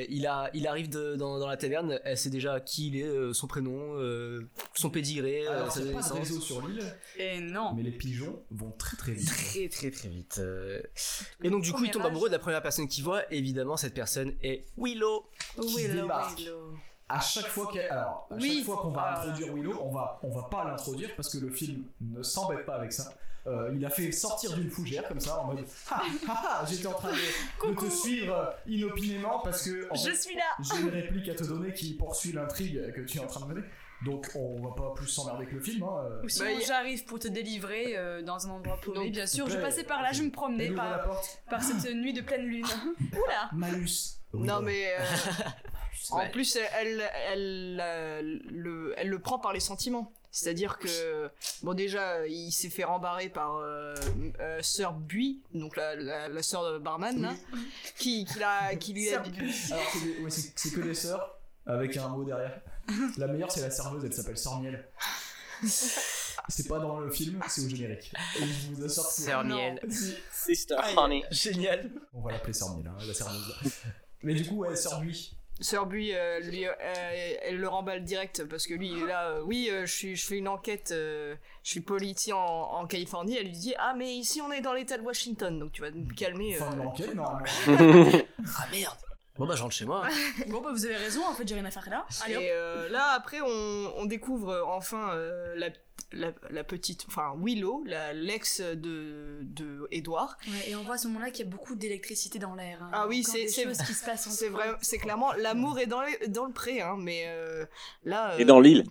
S2: euh, il, a, il arrive de- dans, dans la taverne, elle sait déjà qui il est, euh, son prénom, euh, son pédigré, euh,
S1: Alors,
S2: sa
S1: c'est
S2: date de
S1: pas un
S2: naissance.
S1: réseau sur l'île,
S6: Et non.
S1: mais les pigeons vont très très vite.
S2: Très très très vite. euh. Et donc du coup, il tombe amoureux de la première personne qu'il voit. Évidemment, cette personne est Willow.
S1: Qui débarque. À chaque fois qu'elle- alors, à chaque
S6: Oui.
S1: fois qu'on va
S6: Ah.
S1: introduire Willow, on va, on va pas l'introduire parce que le film ne s'embête pas avec ça. Euh, il a fait sortir d'une fougère comme ça en mode ah, ah, ah, j'étais en train de, de te suivre euh, inopinément parce que en-
S6: Je suis là.
S1: j'ai une réplique à te donner qui poursuit l'intrigue que tu es en train de mener. Donc on va pas plus s'emmerder que le film. Hein. euh.
S6: Ou sinon,
S5: Bah, y a-
S6: j'arrive pour te délivrer euh, dans un endroit paumé, bien sûr. Je
S1: bah,
S6: passais par là, je me promenais
S1: Elle ouvre la
S6: par,
S1: porte.
S6: par cette nuit de pleine lune. Oula
S1: Malus.
S5: Non,
S1: Willow.
S5: mais. euh,
S2: Ouais.
S5: En plus, elle, elle, elle, euh, le, elle le prend par les sentiments. C'est-à-dire que, bon, déjà, il s'est fait rembarrer par euh, euh, Sœur Bui, donc la, la, la sœur de barman, là, qui, qui, l'a- qui lui a dit.
S1: Alors, c'est des- ouais, c'est c'est que des sœurs avec un mot derrière. La meilleure, c'est la serveuse, elle s'appelle Sœur Miel. C'est pas dans le film, c'est au générique. Et je vous assure que-
S2: Sœur
S1: Non.
S2: Miel.
S1: Si.
S4: Sister
S2: Aïe,
S4: Honey.
S2: Génial.
S1: On va l'appeler Sœur Miel, hein, la serveuse. Mais du coup, ouais, Sœur lui.
S5: Sœur Bui, euh, lui, euh, elle le remballe direct parce que lui, il est là, euh, oui, euh, je, suis, je fais une enquête, euh, je suis policier en, en Californie. Elle lui dit, ah, mais ici, on est dans l'état de Washington, donc tu vas me calmer. euh.
S1: Fin de l'enquête, normalement.
S2: Ah merde. Bon bah je rentre chez moi.
S6: Bon, bah, vous avez raison, en fait, j'ai rien à faire là. Allez, hop.
S5: Et euh, là, après, on, on découvre euh, enfin euh, la, la- la petite, enfin Willow, la- l'ex de, de Edward.
S6: Ouais, et on voit à ce moment-là qu'il y a beaucoup d'électricité dans l'air. hein.
S5: Ah oui,
S6: Encore
S5: c'est-
S6: des
S5: c'est-
S6: choses qui se passent.
S5: C'est
S6: entre
S5: vrai,
S6: eux.
S5: c'est clairement l'amour est dans le, dans le pré, hein, mais euh, là. euh,
S4: Et dans l'île.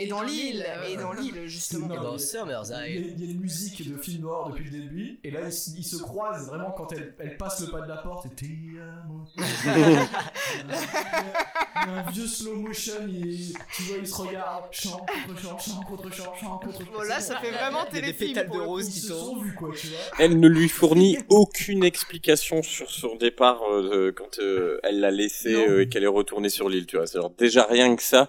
S5: Et dans l'île,
S6: euh,
S5: et dans l'île,
S2: Et
S5: justement.
S1: Non,
S2: dans
S1: mais-
S2: Summer's
S1: Il y, a,
S2: Eye.
S1: il y a une musique de film noir depuis le début, et là, ils, s- ils se croisent vraiment quand elle, elle passe le pas de la porte. Et Te amo. Il y a un vieux slow motion, il- tu vois, ils se regardent, chant contre chant, chant contre chant, chant contre chant.
S5: Bon, là, ça fait vraiment
S2: Il y a des
S5: téléfilm.
S2: pétales
S5: pour
S2: de
S5: le coup.
S2: rose
S1: Ils
S2: qui
S1: se
S2: tombent.
S1: sont vus, quoi, tu vois.
S4: Elle ne lui fournit aucune explication sur son départ euh, de- quand euh, elle l'a laissé
S1: Non.
S4: euh, et qu'elle est retournée sur l'île, tu vois. C'est genre déjà rien que ça.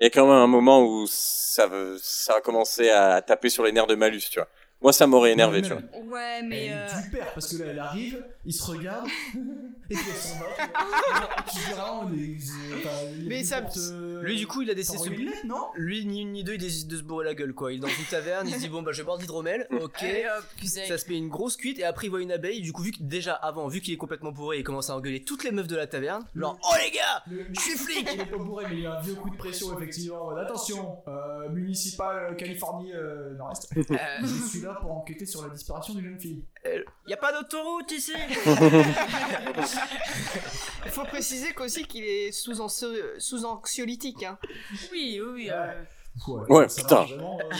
S4: Il y a quand même un moment où ça, veut- ça a commencé à taper sur les nerfs de Malus, tu vois. Moi, ça m'aurait énervé, tu vois.
S6: Ouais,
S1: Mais
S6: mais. euh,
S1: du père, parce que là, elle arrive, ils se regardent, et puis elle s'en va. tu vois. Tu verras, on est. euh,
S5: Mais ça-
S2: Lui du coup il a décidé
S1: c'est
S2: de se-
S1: euh, une lettre, non
S2: Lui ni une ni deux il décide de se bourrer la gueule quoi. Il est dans une taverne, il se dit bon bah je vais boire de l'hydromel. Ok.
S6: Allez, hop, tu sais.
S2: Ça se fait une grosse cuite et après il voit une abeille. Du coup, vu que déjà avant, vu qu'il est complètement bourré, il commence à engueuler toutes les meufs de la taverne. Genre,
S6: Mm.
S2: oh les gars,
S1: Le-
S2: je suis flic
S1: Il est pas bourré, mais il a un vieux coup de pression, effectivement. en mode, Attention, euh, municipal euh, Californie euh, Nord-Est.
S2: Euh,
S1: Je suis là pour enquêter sur la disparition d'une jeune fille.
S2: euh, y a pas d'autoroute ici
S5: Il faut préciser qu'aussi qu'il est sous, anxio- sous anxiolytique. Hein.
S6: Oui, oui, oui.
S1: Ouais.
S6: euh,
S4: Ouais,
S1: ça
S4: putain.
S1: marche vraiment, euh,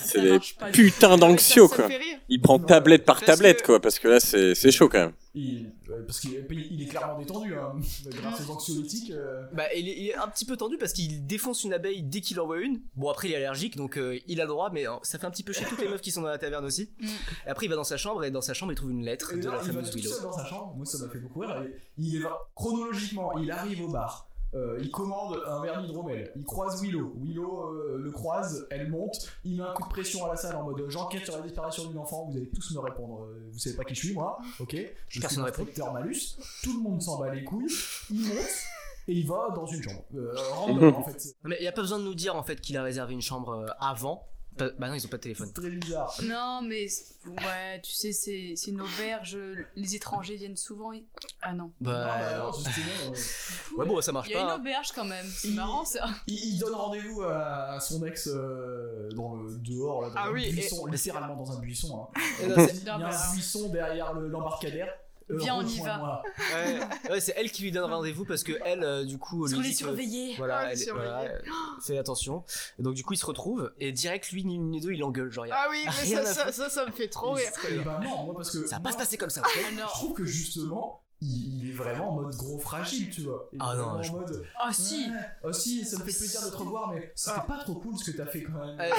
S4: C'est
S6: ça
S4: des
S6: marche pas du
S4: putains d'anxio,
S5: Ça- ça
S4: quoi.
S5: fait rire.
S4: Il prend tablette par
S5: Parce que-
S4: tablette, quoi, parce que là, c'est c'est chaud quand même.
S1: il- ouais, parce qu'il il est clairement détendu, hein, grâce aux anxiolytiques. euh,
S2: Bah, il est, il est un petit peu tendu parce qu'il défonce une abeille dès qu'il en voit une. Bon, après, il est allergique donc euh, il a le droit, mais euh, ça fait un petit peu chier toutes les meufs qui sont dans la taverne aussi.
S6: Mm.
S2: Et après, il va dans sa chambre et dans sa chambre, il trouve une lettre
S1: Et
S2: de
S1: là,
S2: la
S1: il va
S2: fameuse
S1: tout
S2: Willow.
S1: seul hein. dans sa chambre, moi ça m'a fait beaucoup rire. et Il est chronologiquement, il arrive au bar, euh, il commande un verre d'hydromel, il croise Willow, Willow euh, le croise, elle monte, il met un coup de pression à la salle en mode euh, j'enquête sur la disparition d'une enfant, vous allez tous me répondre, euh, vous savez pas qui je suis moi, ok Je suis
S2: Personne répond.
S1: inspecteur malus, tout le monde s'en bat les couilles, il monte et il va dans une chambre. Euh, random en fait,
S2: Non, mais il y a pas besoin de nous dire en fait qu'il a réservé une chambre euh, avant. Bah, bah non, ils ont pas de téléphone.
S1: c'est très bizarre.
S6: tout. Non, mais. c'est- Ouais, tu sais, c'est c'est une auberge. Les étrangers viennent souvent. et- Ah non.
S2: Bah,
S1: Non, bah,
S2: non.
S1: non, justement, euh,
S2: ouais, bon, ça marche
S6: Il y a une
S2: pas. hein.
S6: auberge quand même. C'est
S1: Il-
S6: marrant ça.
S1: Il, il donne rendez-vous à, à son ex euh, dans le dehors, là, dans
S5: Ah
S1: un
S5: oui, et-
S1: buisson, littéralement dans un buisson. hein.
S2: Et là,
S1: Il
S2: c'est-
S1: y a
S6: Non, bah,
S1: un buisson derrière le- l'embarcadère. Euh,
S6: Viens, on y va.
S1: rejoins-moi.
S2: Ouais, ouais, c'est elle qui lui donne rendez-vous parce que elle, euh, du coup,
S6: Parce
S2: lui
S6: qu'on
S2: dit
S6: est
S2: que-
S6: surveillés.
S2: Voilà,
S5: Ah,
S2: elle,
S5: les
S2: voilà
S5: surveillés.
S2: euh, fais attention. Et donc du coup, ils se retrouvent et direct lui ni une ni deux, il engueule genre. il y a-
S5: Ah oui, mais
S2: Rien
S5: ça,
S2: à
S5: ça, ça, ça me fait trop
S2: Il
S5: rire.
S2: se-
S1: Et bah non, moi parce que
S2: Ça va
S1: moi,
S2: pas se passer comme ça. ok
S6: Ah non.
S1: je trouve que justement il, il est vraiment en mode gros fragile, tu vois. Il est
S2: Ah non,
S1: vraiment
S2: je-
S1: en mode.
S6: Ah si
S1: Ouais, oh si, ça me fait plaisir de te revoir, mais c'était pas trop cool ce que t'as fait quand même.
S2: Euh,
S6: Ah.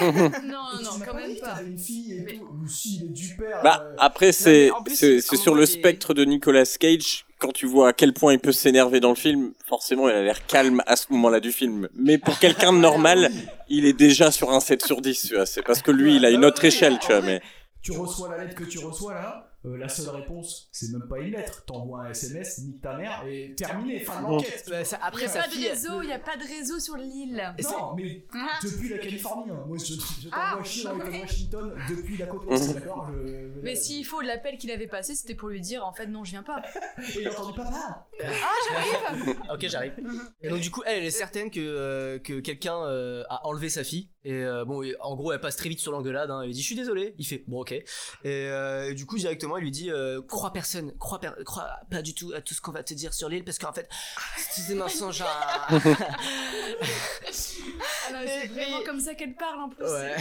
S1: Et
S6: Non,
S1: tu
S6: non,
S1: m'as
S6: quand
S1: pas dit
S6: même
S1: que
S6: pas.
S1: T'avais une fille et
S6: Mais-
S1: tout. Ou si, il est du père.
S4: Bah,
S1: euh,
S4: après, c'est
S5: en plus,
S4: c'est-
S5: à
S4: c'est
S5: un
S4: sur
S5: moment,
S4: le
S5: il est-
S4: spectre de Nicolas Cage. Quand tu vois à quel point il peut s'énerver dans le film, forcément, il a l'air calme à ce moment-là du film. Mais pour quelqu'un de normal,
S5: Ah
S4: il est déjà sur un 7 sur 10, tu vois. C'est parce que lui, il a
S5: Ah
S4: une autre échelle, tu vois. Mais
S1: Tu reçois la lettre que tu reçois là, euh, la seule réponse, c'est même pas une lettre. T'envoies un SMS, nique ta mère et terminé, fin de l'enquête.
S2: bah, ça- après,
S6: Il n'y a
S2: sa
S6: pas de
S2: fille.
S6: réseau, il n'y a pas de réseau sur l'île.
S1: Non, mais
S6: Ah.
S1: depuis la Californie, hein. moi je, je
S6: Ah,
S1: t'envoie chier
S6: ouais.
S1: avec Washington depuis la côte ouest, d'accord je-
S6: Mais s'il faut, l'appel qu'il avait passé, c'était pour lui dire en fait non, je viens pas.
S1: Et il a entendu papa
S2: Ok, j'arrive. Et donc du coup, elle, elle est certaine que, euh, que quelqu'un euh, a enlevé sa fille. Et euh, bon, et en gros, elle passe très vite sur l'engueulade. hein. Elle lui dit, je suis désolé. Il fait, bon, ok. Et, euh, et du coup, directement, elle lui dit, euh, crois personne, crois, per- crois pas du tout à tout ce qu'on va te dire sur l'île, parce qu'en fait, c'est un mensonge. à-
S6: Ah non, c'est
S5: Mais-
S6: vraiment
S5: mais-
S6: comme ça qu'elle parle en plus.
S2: ouais.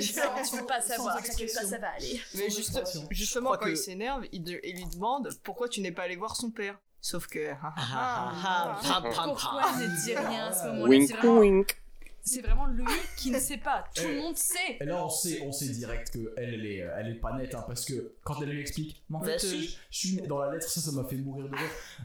S6: Tu veux pas savoir, tu veux pas
S1: expression.
S6: savoir. Allez.
S5: Mais
S1: Sans
S5: juste-
S1: expression.
S5: justement,
S2: Je crois
S5: quand
S2: que-
S5: il s'énerve, il, de- il lui demande pourquoi tu n'es pas allé voir son père. Sauf que. ah, ah,
S2: Ah,
S5: ah, ah.
S2: Pram, pram, pram.
S6: Pourquoi elle ne dit rien à ce moment-là C'est
S4: wink
S6: vraiment,
S4: wink.
S6: c'est vraiment lui qui ne sait pas. Tout le monde sait.
S1: Et là, on sait, on sait direct que elle, elle est, elle est pas nette, hein, parce que quand elle lui explique, mais en
S2: Bah
S1: fait,
S2: si.
S1: euh, je, je suis née- dans la lettre, ça, ça m'a fait mourir de rire.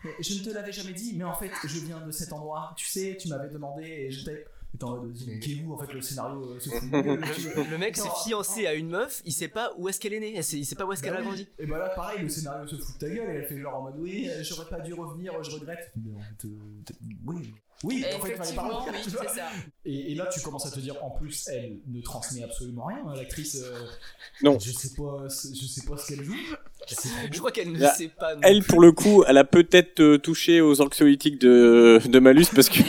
S1: Euh, Je ne te l'avais jamais dit, mais en fait, je viens de cet endroit. Tu sais, tu m'avais demandé et je t'ai. Et t'es en mode, niquez-vous, en fait, le scénario euh, se fout de gueule, tu vois.
S2: Le mec s'est
S1: Non.
S2: fiancé à une meuf, il sait pas où est-ce qu'elle est née, elle sait- il sait pas où est-ce qu'elle
S1: Bah
S2: a
S1: oui.
S2: grandi.
S1: Et bah là, pareil, le scénario se fout de ta gueule, et elle fait genre en mode, oui, euh, j'aurais pas dû revenir, je regrette. Mais en fait, euh, t'es- oui. Oui, en fait, il fallait pas
S6: Effectivement,
S1: revenir,
S6: oui,
S1: tu vois.
S6: c'est ça.
S1: Et, et là, tu commences à te dire, en plus, elle ne transmet absolument rien, hein, l'actrice. euh,
S4: Non.
S1: Je sais pas, ce- je sais pas ce qu'elle joue. C'est trop
S2: Je crois qu'elle ne
S4: Là,
S2: sait pas. non
S4: Elle, pour le coup, elle a peut-être euh, touché aux anxiolytiques de, de Malus parce que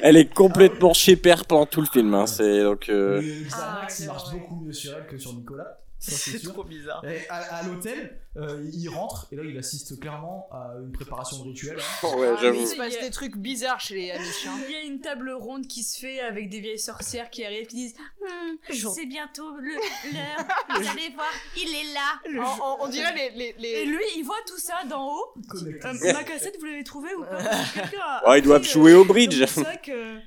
S4: elle est complètement chez père pendant tout le film. Hein. C'est donc. euh,
S1: Le Xanax
S6: Ah,
S1: il marche
S6: ouais.
S1: beaucoup mieux sur elle que sur Nicolas. Ça, c'est
S2: C'est
S1: sûr.
S2: trop bizarre.
S1: Et à à l'hôtel, euh, il rentre et là il assiste clairement à une préparation de rituel. hein.
S4: ouais,
S6: Ah,
S5: Il
S4: j'avoue.
S5: se passe des trucs bizarres chez les Amish. hein.
S6: Il y a une table ronde qui se fait avec des vieilles sorcières qui arrivent qui disent Hum,
S5: Jour-
S6: c'est bientôt le- l'heure, vous allez voir, il est là.
S5: On, on- on dirait les. les, les-
S6: Et lui, il voit tout ça d'en haut.
S1: Connecté.
S6: Euh, ma cassette, vous l'avez trouvée ou pas Parce que quelqu'un a
S4: Oh, il doit
S6: pris, euh,
S4: jouer au
S6: dans
S4: bridge.
S6: mon sac, euh.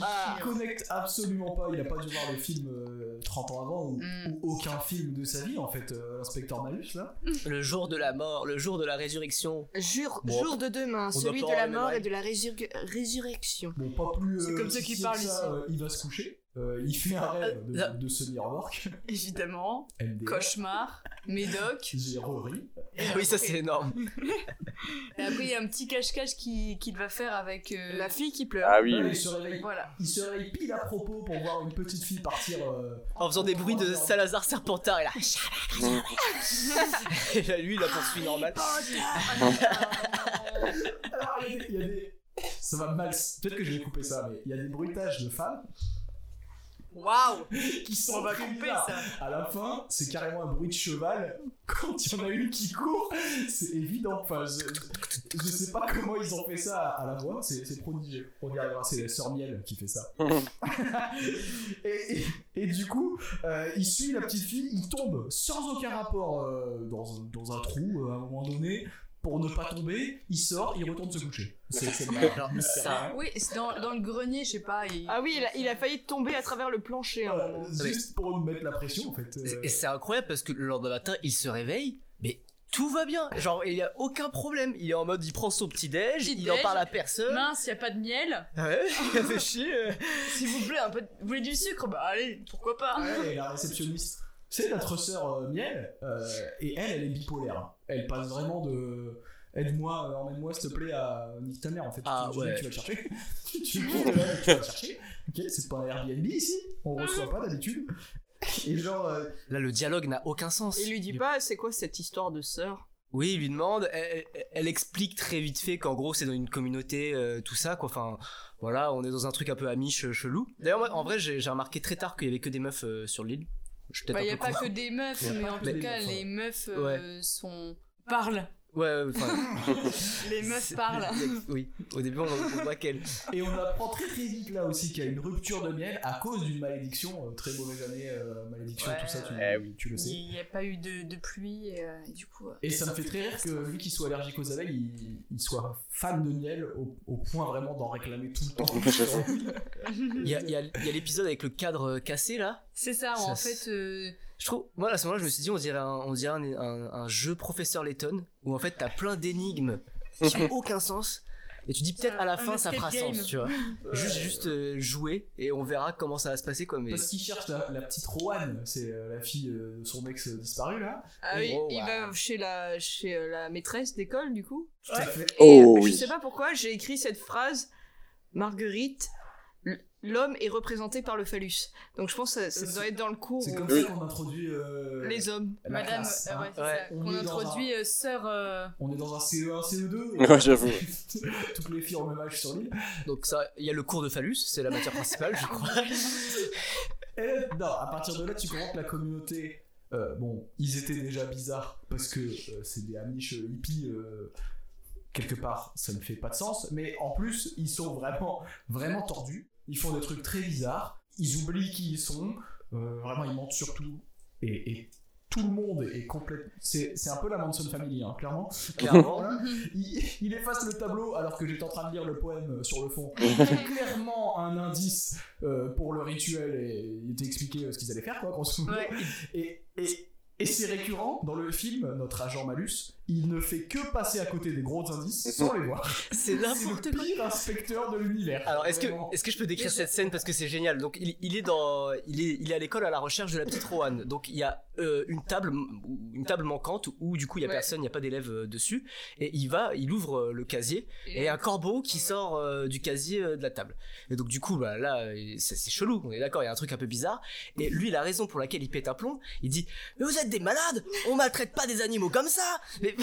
S5: Ah.
S1: Il connecte absolument pas. Il a pas dû voir le film euh, 30 ans avant ou,
S6: Mm.
S1: ou aucun film de sa vie en fait. euh, L'inspecteur Malus là.
S2: Le jour de la mort, le jour de la résurrection.
S5: Jure,
S2: Bon,
S5: jour de demain,
S2: doit
S5: celui
S2: pas
S5: de la
S2: avoir les
S5: mort et
S2: mêmes
S5: de la résurg- résurrection.
S1: Bon, pas plus.
S5: C'est
S1: euh,
S5: comme ceux qui
S1: scié que
S5: parlent
S1: ça,
S5: ici.
S1: euh, il va se coucher. Euh, il fait un rêve
S2: là-
S1: de, de semi-work.
S6: Évidemment,
S1: MDR.
S6: cauchemar, médoc.
S1: J'ai re-ri.
S2: Oui, ça c'est énorme.
S6: Et après, il y a un petit cache-cache qui- qu'il va faire avec euh,
S5: La fille qui pleure.
S4: Ah oui.
S1: Là,
S4: oui.
S1: il se réveille.
S6: Voilà.
S1: Il se réveille pile à propos pour voir une petite fille partir. euh,
S2: En faisant des bruits de Salazar Serpentard et là. Et là, lui, il la poursuit normal.
S1: Alors, Ah, il y a des- il y a des- Ça va mal. Peut-être que je vais couper ça, mais il y a des bruitages de femmes
S5: Waouh!
S1: qui sont
S5: On va
S1: très
S5: couper
S1: bizarres.
S5: ça!
S1: À la fin, c'est carrément un bruit de cheval. Quand il y en a une qui court, c'est évident. Enfin, je, je sais pas comment ils ont fait ça à la voix, c'est c'est prodigieux. On y arrivera, c'est la sœur Miel qui fait ça. et, et- et du coup, euh, il suit la petite fille, il tombe sans aucun rapport euh, dans, un- dans un trou euh, à un moment donné. Pour ne pas tomber, il sort, il retourne se coucher. C'est c'est Euh,
S2: Alors, ça.
S6: Oui, c'est dans, dans le grenier, je sais pas. il-
S5: Ah oui, il a, il a failli tomber à travers le plancher. à un moment.
S1: Euh, Juste pour nous mettre la pression en fait. euh,
S2: Et c'est incroyable parce que le lendemain matin, il se réveille, mais tout va bien. Genre, il y a aucun problème. Il est en mode, il prend son petit déj,
S6: Petit
S2: il en
S6: déj.
S2: parle à personne.
S6: Mince, il a pas de miel.
S2: Ouais, il a fait chier. euh.
S6: S'il vous plaît, un peu de- vous voulez du sucre Bah allez, pourquoi pas.
S1: Ah Ouais, et la réceptionniste, c'est notre sœur euh, Miel, euh, et elle, elle est bipolaire. Elle passe vraiment de aide-moi, euh, emmène-moi s'il te plaît à nique ta mère en fait.
S2: Ah,
S1: tu, tu dis
S2: ouais.
S1: que tu vas le chercher. tu dis que tu vas tu vas le chercher. Ok, c'est pas un Airbnb ici, on reçoit pas d'habitude. Et genre, euh,
S2: Là, le dialogue n'a aucun sens.
S5: Il lui dit pas, c'est quoi cette histoire de sœur?
S2: Oui, il lui demande. Elle, elle- elle explique très vite fait qu'en gros, c'est dans une communauté, euh, tout ça, quoi. Enfin, voilà, on est dans un truc un peu amiche, euh, chelou. D'ailleurs, moi, en vrai, j'ai j'ai remarqué très tard qu'il y avait que des meufs euh, sur l'île. Je suis
S6: Bah,
S2: peut-être
S6: il n'y
S2: un
S6: a
S2: peu
S6: pas
S2: con.
S6: que des meufs,
S1: Ouais.
S6: mais en
S1: Mais-
S6: tout cas, les meufs euh, sont. parlent
S2: Ouais, ouais, enfin,
S6: Les meufs parlent.
S2: oui, au début on, on voit qu'elle.
S1: Et on apprend très très vite là aussi qu'il y a une rupture de miel à cause d'une malédiction, euh, très mauvaise année, euh, malédiction,
S6: Ouais,
S1: tout ça, tu,
S4: ouais.
S1: tu le sais.
S6: Il n'y a pas eu de, de pluie et, euh, et du coup. euh,
S1: Et ça me fait très rire que lui qui soit allergique aux abeilles, il, il soit fan de miel au, au point vraiment d'en réclamer tout le temps.
S2: Il y a, il y a- il y a l'épisode avec le cadre euh, cassé là.
S6: C'est ça,
S2: Ça,
S6: en
S2: c'est-
S6: fait. euh,
S2: Je trouve, moi à ce moment-là, je me suis dit, on dirait un, on dirait un, un- un jeu professeur Layton où en fait t'as plein d'énigmes qui n'ont aucun sens. Et tu dis peut-être à la
S6: Un
S2: fin ça fera
S6: escape game.
S2: sens, tu vois. Juste, juste euh, jouer et on verra comment ça va se passer quoi. Mais
S1: Parce qu'il cherche la, la petite Roanne, c'est euh, la fille euh, de son ex euh, disparu là.
S5: Ah oui,
S2: Oh,
S5: il
S2: wow.
S4: bah.
S5: va chez la, chez euh, la maîtresse d'école, du coup.
S1: Tout à fait.
S5: Et
S4: Oh,
S5: euh,
S4: oui.
S5: Je sais pas pourquoi, j'ai écrit cette phrase Marguerite, l- l'homme est représenté par le phallus. Donc je pense que ça, ça
S1: C'est-
S5: doit être dans le cours
S1: C'est
S5: où
S1: comme
S4: Oui.
S1: ça qu'on introduit euh,
S5: les hommes.
S1: la
S6: Madame.
S1: classe,
S6: euh,
S1: hein.
S6: ouais, c'est
S2: Ouais,
S6: ça.
S1: on
S6: Qu'on
S1: est dans
S6: introduit euh, sœur. euh,
S1: On est dans un CE1, CE2.
S4: Ouais, j'avoue.
S1: Toutes les filles ont le même âge sur l'île.
S2: donc ça, il y a le cours de phallus, c'est la matière principale, je crois.
S1: Et non, à partir de là, tu comprends que la communauté. euh, bon, ils étaient déjà bizarres parce que euh, c'est des Amish euh, hippies. euh, quelque part, ça ne fait pas de sens. Mais en plus, ils sont vraiment, vraiment tordus. Ils font des trucs très bizarres. Ils oublient qui ils sont. euh, vraiment, ils mentent sur tout. Et, et tout le monde est complètement. C'est c'est un peu la Manson Family, hein, clairement.
S2: Clairement.
S1: Voilà. Il, il efface le tableau alors que j'étais en train de lire le poème euh, sur le fond. C'est clairement un indice euh, pour le rituel et il était expliqué euh, ce qu'ils allaient faire, quoi, grosso modo.
S6: Ouais.
S1: Et, et, et c'est récurrent dans le film, notre agent Malus, il ne fait que passer à côté des gros indices sans les voir.
S2: C'est n'importe
S1: C'est le pire inspecteur de l'univers.
S2: Alors, est-ce que,
S1: Vraiment.
S2: est-ce que je peux décrire cette scène parce que c'est génial Donc, il, il est dans, il est, il est à l'école à la recherche de la petite Roanne. Donc, il y a euh, une table, une table manquante où du coup il y a
S5: Ouais.
S2: personne, il n'y a pas d'élève euh, dessus. Et il va, il ouvre euh, le casier et un corbeau qui sort euh, du casier euh, de la table. Et donc du coup, bah, là, euh, c'est c'est chelou. On est d'accord, il y a un truc un peu bizarre. Et lui, la raison pour laquelle il pète un plomb, il dit "Mais vous êtes des malades On maltraite pas des animaux comme ça Mais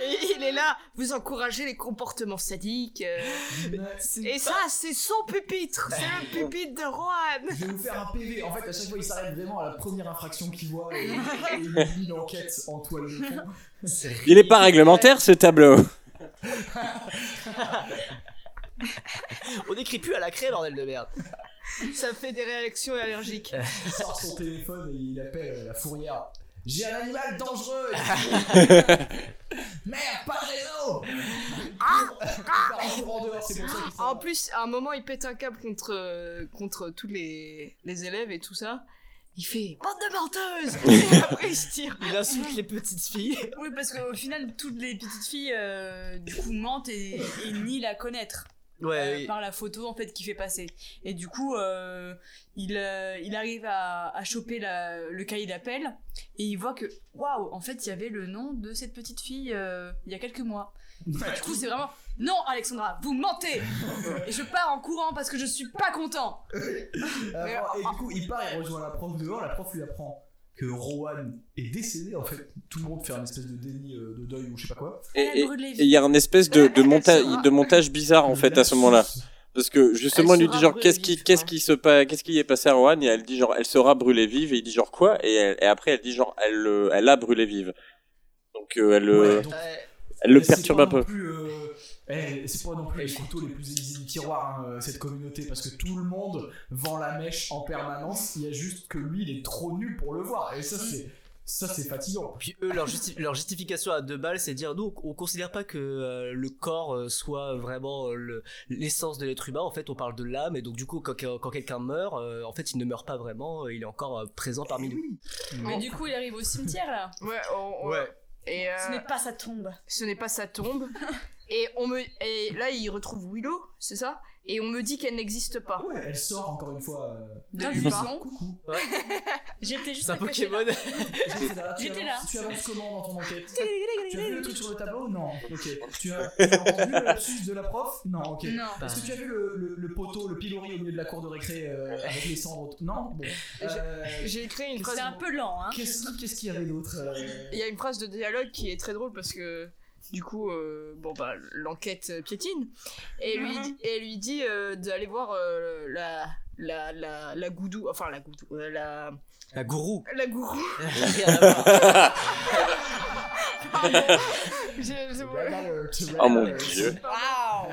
S5: Et il est là, vous encouragez les comportements sadiques. euh, et ça, c'est son pupitre C'est
S1: Bah,
S5: le pupitre de Rohan
S1: Je vais vous faire un PV. En fait, à chaque fois, il s'arrête vraiment à la première infraction qu'il voit et, et il oublie l'enquête en toile de fond.
S2: c'est
S4: Il est pas réglementaire ce tableau.
S2: On écrit plus à la craie, bordel de merde.
S5: Ça fait des réactions allergiques.
S1: Il sort son téléphone et il appelle euh, la fourrière. J'ai un animal dangereux Merde, pas de réseau Il part en courant dehors, c'est pour ça qu'il
S5: En
S1: sort.
S5: plus, à un moment, il pète un câble contre, euh, contre tous les, les élèves et tout ça. Il fait bande de menteuses Et après, il se tire.
S2: Il insulte les petites filles.
S6: Oui, parce qu'au final, toutes les petites filles, euh, du coup, mentent et, et nient la connaître euh,
S4: Eh
S2: Ouais. oui.
S6: par la photo, en fait, qui fait passer. Et du coup, euh, il, euh, il arrive à, à choper la- le cahier d'appel et il voit que, waouh, en fait, il y avait le nom de cette petite fille euh, il y a quelques mois. Du coup, c'est vraiment, non, Alexandra, vous mentez Et je pars en courant parce que je suis pas content
S1: Alors, Euh, Et du coup, il part, il rejoint la prof dehors, la prof lui apprend que Rowan est décédé, en fait. Tout le monde fait un espèce de déni euh, de deuil ou je sais pas quoi.
S4: Et
S6: Elle
S4: et-
S6: brûle les
S4: et il y a un espèce de, de, monta- de montage bizarre en fait à ce moment-là. Parce que justement,
S5: Elle
S4: il lui
S5: sera
S4: dit genre
S5: brûlée hein.
S4: qu'est-ce qui,
S5: vive,
S4: qu'est-ce
S5: ouais.
S4: qui se passe, qu'est-ce qui est passé à Rohan et elle dit genre elle sera brûlée vive et il dit genre quoi et, elle- et après elle dit genre elle, euh, elle a brûlé vive. Donc euh, elle, euh,
S1: Ouais, donc,
S4: elle le
S1: c'est
S4: perturbe
S1: pas
S4: un peu.
S1: non plus, euh, eh, c'est pas non plus les couteaux les plus aiguisés du tiroir, hein, cette communauté, parce que tout le monde vend la mèche en permanence. Il y a juste que lui, il est trop nul pour le voir. Et
S6: Mm.
S1: ça, c'est. Ça, c'est fatigant.
S2: Puis eux, leur, justi- leur justification à deux balles, c'est de dire nous, on considère pas que euh, le corps euh, soit vraiment euh, le- l'essence de l'être humain. En fait, on parle de l'âme, et donc du coup, quand, quand quelqu'un meurt, euh, en fait, il ne meurt pas vraiment, euh, il est encore euh, présent
S5: Eh
S2: parmi nous.
S6: Mais du coup, il arrive au cimetière, là
S5: Ouais,
S2: Ouais.
S1: euh,
S5: Et euh,
S6: Ce n'est pas sa tombe
S5: ce n'est pas sa tombe. et, on me... et là, il retrouve Willow, c'est ça Et on me dit qu'elle n'existe pas.
S1: Ah Ouais, elle sort encore une fois. euh,
S6: D'un
S5: Du
S6: jupon.
S5: bar.
S1: Coucou.
S6: J'étais juste
S2: C'est un
S6: à côté,
S2: Pokémon.
S1: J'étais là. Tu
S6: J'étais
S1: avances-
S6: là.
S1: Tu avances comment dans ton enquête Tu as vu le truc sur le tableau Non. Ok. Tu as, tu as entendu le lapsus de la prof Non. Ok.
S6: là. Non.
S1: Est-ce que tu as vu le, le- le poteau, le pilori au milieu de la cour de récré euh, avec les cendres Non Bon. Euh,
S5: J'ai écrit une phrase.
S6: C'est un peu lent, hein
S1: Qu'est-ce qui- qu'est-ce qu'il y avait d'autre euh,
S5: Il y a une phrase de dialogue qui est très drôle parce que du coup, euh, bon bah l'enquête euh, piétine et lui
S6: Mhm.
S5: et lui dit euh, d'aller voir euh, la, la la la goudou, enfin la goudou, euh, la
S2: La gourou.
S5: la gourou.
S2: Rien à voir.
S4: Oh mon dieu.
S5: Waouh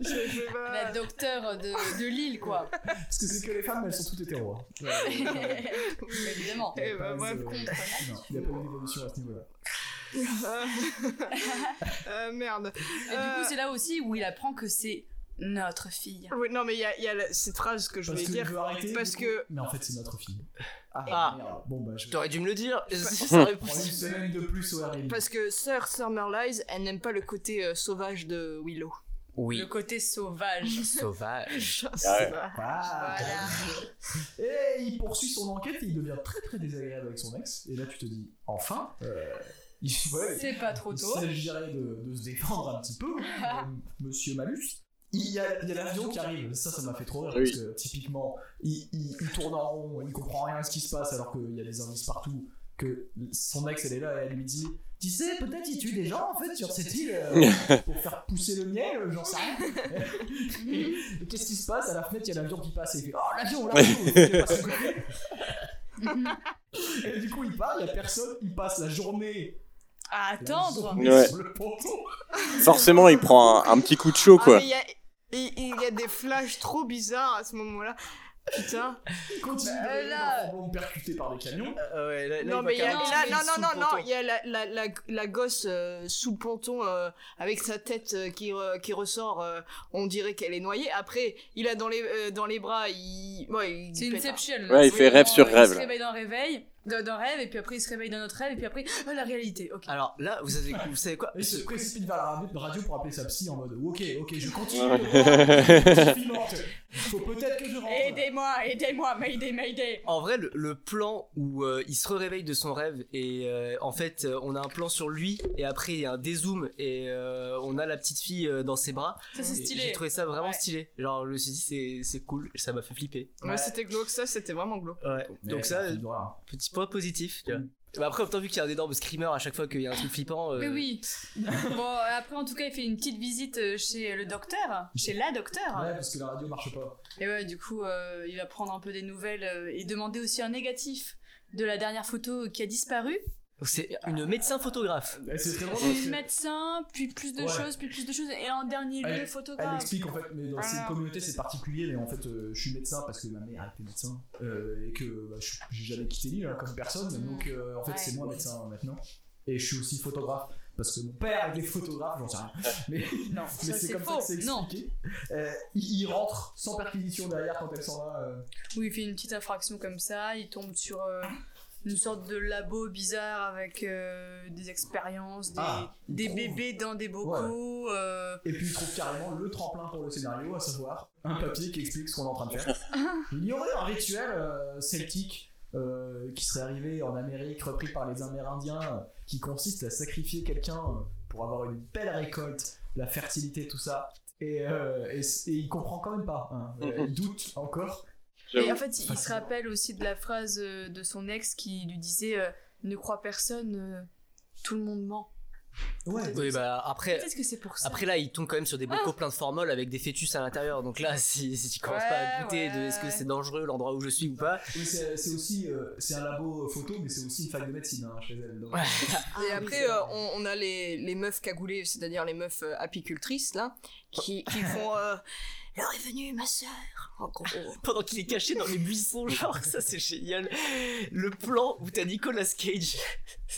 S5: Je sais pas.
S6: La docteur de, de Lille, quoi.
S1: Parce que c'est que les femmes, elles sont toutes hétéro. hein.
S6: Évidemment.
S5: Eh
S1: Pas
S5: ben,
S1: de-
S5: bref,
S1: Non, Il n'y a pas eu d'évolution à ce niveau-là.
S5: Euh, merde.
S6: Et du
S5: Euh,
S6: coup, c'est là aussi où il apprend que c'est notre fille.
S5: oui, non, mais il y a, il y a la- cette phrase que je voulais
S1: que
S5: dire.
S1: je veux arrêter,
S5: parce
S1: du coup.
S5: que-
S1: Mais en fait, c'est notre fille.
S2: Ah.
S1: merde. Bon, bah, je vais
S2: T'aurais dû me le dire. Ça aurait
S1: prendre une
S2: poussé.
S1: semaine de plus au RL.
S5: Parce que Sir Summer Lies, elle n'aime pas le côté euh, sauvage de Willow.
S2: Oui.
S6: Le côté sauvage.
S2: Sauvage.
S5: Je sais
S4: Ouais.
S5: pas.
S1: Ah.
S5: Voilà.
S1: Et il poursuit son enquête et il devient très très désagréable avec son ex. Et là, tu te dis, enfin, euh, il, ouais,
S6: C'est pas trop
S1: il
S6: tôt.
S1: s'agirait de, de se défendre un petit peu, hein, euh, monsieur Malus. Il y a, il y a l'avion qui arrive, ça, ça m'a fait trop rire
S4: Oui.
S1: parce que typiquement, il, il- il tourne en rond, il comprend rien à ce qui se passe alors qu'il y a des indices partout. Que son ex, elle est là et elle lui dit Tu sais, peut-être il tue des gens en fait sur cette île euh, pour faire pousser le miel, euh, j'en sais rien. Et
S6: Mm-hmm.
S1: Qu'est-ce qui se passe À la fenêtre, il y a l'avion qui passe et il fait Oh l'avion, l'avion il est passé à côté. Et du coup, il part, il n'y a personne, il passe la journée
S6: À attendre.
S4: Ouais.
S1: sur le ponton.
S4: Forcément, il prend un, un petit coup de chaud,
S5: Ah,
S4: quoi.
S5: mais il y a- Il il y, a des flashs trop bizarres à ce moment-là. Putain.
S1: Il continue
S6: Bah,
S1: d'aller dans
S6: là-
S1: le fond, percuté par des camions.
S2: Euh, ouais, là- là,
S5: non,
S2: il
S5: mais il y a,
S6: carrément
S5: là,
S6: se
S5: non,
S6: mettre
S5: non,
S6: sous
S5: non,
S6: le
S5: non,
S6: ponton.
S5: il y a la, la, la, la gosse euh, sous le ponton euh, avec sa tête euh, qui, re- qui ressort. euh, on dirait qu'elle est noyée. Après, il a dans les, euh, dans les bras. Il... Ouais, il
S6: C'est
S5: pète un-
S6: Inception. là.
S4: Ouais, il
S6: C'est
S4: fait rêve
S6: vraiment,
S4: sur
S6: euh,
S4: rêve,
S6: Il se
S4: là.
S6: réveille d'un réveil, d'un d'un rêve, et puis après il se réveille d'un autre rêve, et puis après, ah, la réalité. Ok.
S2: Alors là, vous savez, vous savez quoi
S1: Il se précipite vers la radio- la radio pour appeler sa psy en mode Ok, ok, je continue.
S4: Ouais.
S1: Je suis morte. Faut peut-être que je rentre.
S6: Aidez-moi, aidez-moi, Mayday, Mayday.
S2: En vrai, le, le plan où euh, il se réveille de son rêve et euh, en fait, euh, on a un plan sur lui et après il y a un dézoom et euh, on a la petite fille euh, dans ses bras.
S6: Ça c'est
S2: Et J'ai
S6: stylé.
S2: trouvé ça vraiment
S6: Ouais.
S2: stylé. Genre, je me suis dit, c'est- c'est cool, ça m'a fait flipper.
S5: Ouais, c'était glauque, ça, c'était vraiment glauque.
S2: Ouais.
S1: Mais
S2: Donc ça,
S1: la fille
S2: euh,
S1: noire.
S2: petit point positif. tu vois.
S1: Mm.
S2: Bah après, en même temps, vu qu'il y a un énorme screamer à chaque fois qu'il y a un truc flippant. euh,
S6: Mais oui. bon, après, en tout cas, il fait une petite visite euh, chez le docteur, chez la docteur.
S1: Ouais, parce que la radio marche pas.
S6: Et ouais, du coup, euh, il va prendre un peu des nouvelles euh, et demander aussi un négatif de la dernière photo qui a disparu.
S2: C'est une médecin photographe.
S1: Et c'est très drôle parce
S6: Puis
S1: que
S6: médecin, puis plus de
S1: Ouais.
S6: choses, puis plus de choses. Et en dernier lieu,
S1: Elle- Elle
S6: photographe.
S1: explique en fait, mais dans
S6: Ah,
S1: cette communauté c'est particulier, mais en fait euh, je suis médecin parce que ma mère était médecin euh, et que bah, je- j'ai jamais quitté l'île hein, comme personne, donc euh, en fait
S6: Mm. Ouais.
S1: c'est moi médecin euh, maintenant. Et je suis aussi photographe parce que mon père était photographe, j'en sais rien. Mais,
S6: Non,
S1: mais c'est
S6: ça, c'est
S1: comme ça
S6: faux.
S1: que c'est
S6: non.
S1: expliqué. Euh, il, il rentre sans perquisition derrière quand elle s'en va. euh,
S6: Oui, il fait une petite infraction comme ça. Il tombe sur euh, une sorte de labo bizarre avec euh, des expériences, des,
S1: Ah, il
S6: des
S1: trouve.
S6: bébés dans des bocaux. euh,
S1: Et puis il trouve carrément le tremplin pour le scénario, à savoir un papier qui explique ce qu'on est en train de faire. Il y aurait un rituel euh, celtique euh, qui serait arrivé en Amérique, repris par les Amérindiens, euh, qui consiste à sacrifier quelqu'un euh, pour avoir une belle récolte, la fertilité, tout ça. Et, euh, et, c- et il comprend quand même pas. hein. Euh, il doute encore.
S4: Ah
S6: Et en fait, il, il se
S1: Facilement.
S6: rappelle aussi de la phrase euh, de son ex qui lui disait euh, Ne crois personne, euh, tout le monde ment.
S1: Ouais.
S2: Oui, bah après.
S6: Peut-être que c'est pour ça. Ah.
S2: Après là, il tombe quand même sur des bocaux pleins de formol avec des fœtus à l'intérieur. Donc là, si, si tu commences pas à
S6: Ouais,
S2: douter de
S6: ouais.
S2: est-ce que c'est dangereux l'endroit où je suis ou pas,
S1: Oui, c'est c'est aussi euh, c'est un labo photo, mais c'est aussi une fac de médecine hein, chez elle. donc.
S2: Ouais.
S5: Et
S1: Ah, oui,
S5: après,
S1: c'est
S5: euh,
S1: vrai.
S5: on, on a les, les meufs cagoulées, c'est-à-dire les meufs euh, apicultrices, là, qui, qui font euh, Le revenu, ma sœur En gros.
S2: pendant qu'il est caché dans les buissons, genre ça c'est génial. Le plan où t'as Nicolas Cage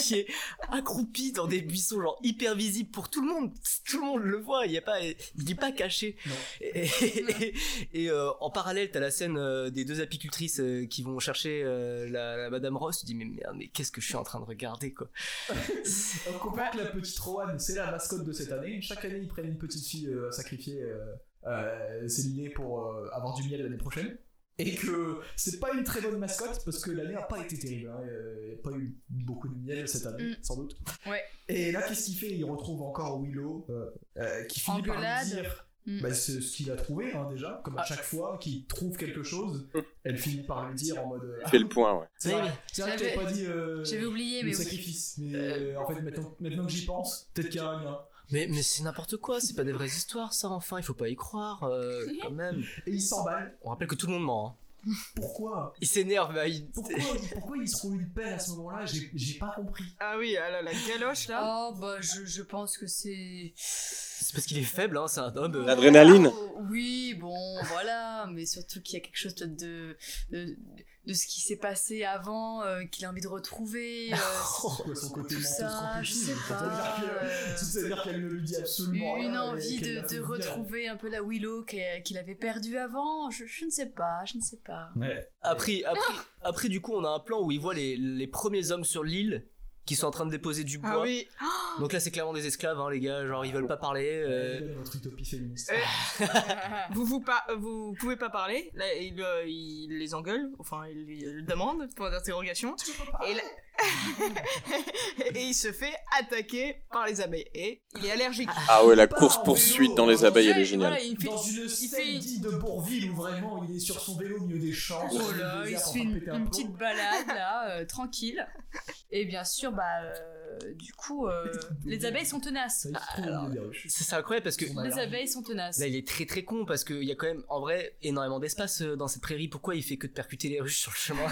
S2: qui est accroupi dans des buissons genre hyper visible pour tout le monde, tout le monde le voit, il y a pas, il est pas caché.
S1: Non.
S2: Et, et- et, euh, en parallèle, t'as la scène euh, des deux apicultrices euh, qui vont chercher euh, la, la Madame Ross. Tu dis mais merde, mais qu'est-ce que je suis en train de regarder quoi.
S1: On comprend que la petite Rowan, c'est la mascotte de cette année. Chaque année, ils prennent une petite fille euh, à sacrifier. Euh, euh, c'est lié pour euh, avoir du miel l'année prochaine. Et que c'est pas une très bonne mascotte parce que l'année a pas été terrible. hein. Euh, Il n'y a pas eu beaucoup de miel cette année,
S6: Mm.
S1: sans doute.
S6: Ouais.
S1: Et là, qu'est-ce qu'il fait Il retrouve encore Willow euh, euh, qui finit par
S6: Engueulade.
S1: lui dire
S6: Mm. Ah.
S1: bah, ce, ce qu'il a trouvé hein, déjà. Comme à chaque fois qu'il trouve quelque chose, elle finit par lui dire en mode. euh,
S4: Il fait le point, ouais.
S1: C'est vrai,
S2: Oui,
S1: c'est vrai que t'avais
S6: J'avais-
S1: pas dit. euh,
S6: J'avais oublié,
S1: le
S6: mais oui.
S1: sacrifice. Mais euh, en fait, maintenant, maintenant que j'y pense, peut-être qu'il y a un lien.
S2: Mais, mais c'est n'importe quoi, c'est pas des vraies histoires ça enfin, il faut pas y croire euh, quand même.
S1: Et il s'emballe.
S2: On rappelle que tout le monde ment. hein.
S1: Pourquoi
S2: Il s'énerve, bah, il-
S1: pourquoi, pourquoi ils se roulent une pelle à ce moment-là J'ai j'ai pas compris.
S5: Ah oui, ah là, la galoche là.
S6: Oh, bah, je, je pense que c'est.
S2: c'est parce qu'il est faible, hein, c'est un homme. euh,
S4: L'adrénaline.
S6: Oh, oui, bon, voilà, mais surtout qu'il y a quelque chose de, de, de ce qui s'est passé avant, euh, qu'il a envie de retrouver. euh,
S1: Pourquoi son côté
S6: tout
S1: mental se
S6: ça, je
S1: replie,
S6: sais
S1: ça veut
S6: pas.
S1: dire que-
S6: euh,
S1: Ça veut dire qu'elle ne lui dit absolument rien.
S6: une
S1: et
S6: envie
S1: qu'elle
S6: de,
S1: l'a
S6: de
S1: fait dire.
S6: retrouver un peu la Willow qu'est- qu'il avait perdue avant. Je, je ne sais pas, je ne sais pas.
S1: Ouais.
S2: Après, après, après, du coup, on a un plan où il voit les, les premiers hommes sur l'île qui sont en train de déposer du bois.
S5: Ah oui.
S2: Donc là, c'est clairement des esclaves, hein, les gars. Genre, ils veulent pas parler. euh,
S1: Notre utopie féministe.
S5: Euh, Vous, vous, pas, euh, vous pouvez pas parler. Là, il, euh, il les engueule, enfin, il lui euh, demande, point d'interrogation. Et, là- et il se fait attaquer par les abeilles. Et il est allergique.
S4: Ah ouais, la
S1: Pas
S4: course
S1: en
S4: poursuite
S1: vélo,
S4: dans les
S1: hein.
S4: abeilles, elle
S6: Ouais,
S4: est géniale.
S6: voilà, Ah bah, il fait-
S1: Dans une
S6: il
S1: scène
S6: fait-
S1: digne de Bourville où vraiment il est sur son vélo au milieu des champs.
S6: Oh
S1: sur le
S6: là, il
S1: désert,
S6: se
S1: en
S6: fait
S1: train de
S6: une,
S1: péter un
S6: une
S1: plomb.
S6: petite balade là, euh, tranquille. Et bien sûr, bah, euh, du coup, euh, les abeilles sont tenaces.
S1: Ça, il se trouve au milieu des ruches.
S2: C'est c'est incroyable parce que
S1: Son
S6: Les
S1: allergie.
S6: abeilles sont tenaces.
S2: là, il est très très con parce qu'il y a quand même en vrai énormément d'espace euh, dans cette prairie. Pourquoi il fait que de percuter les ruches sur le chemin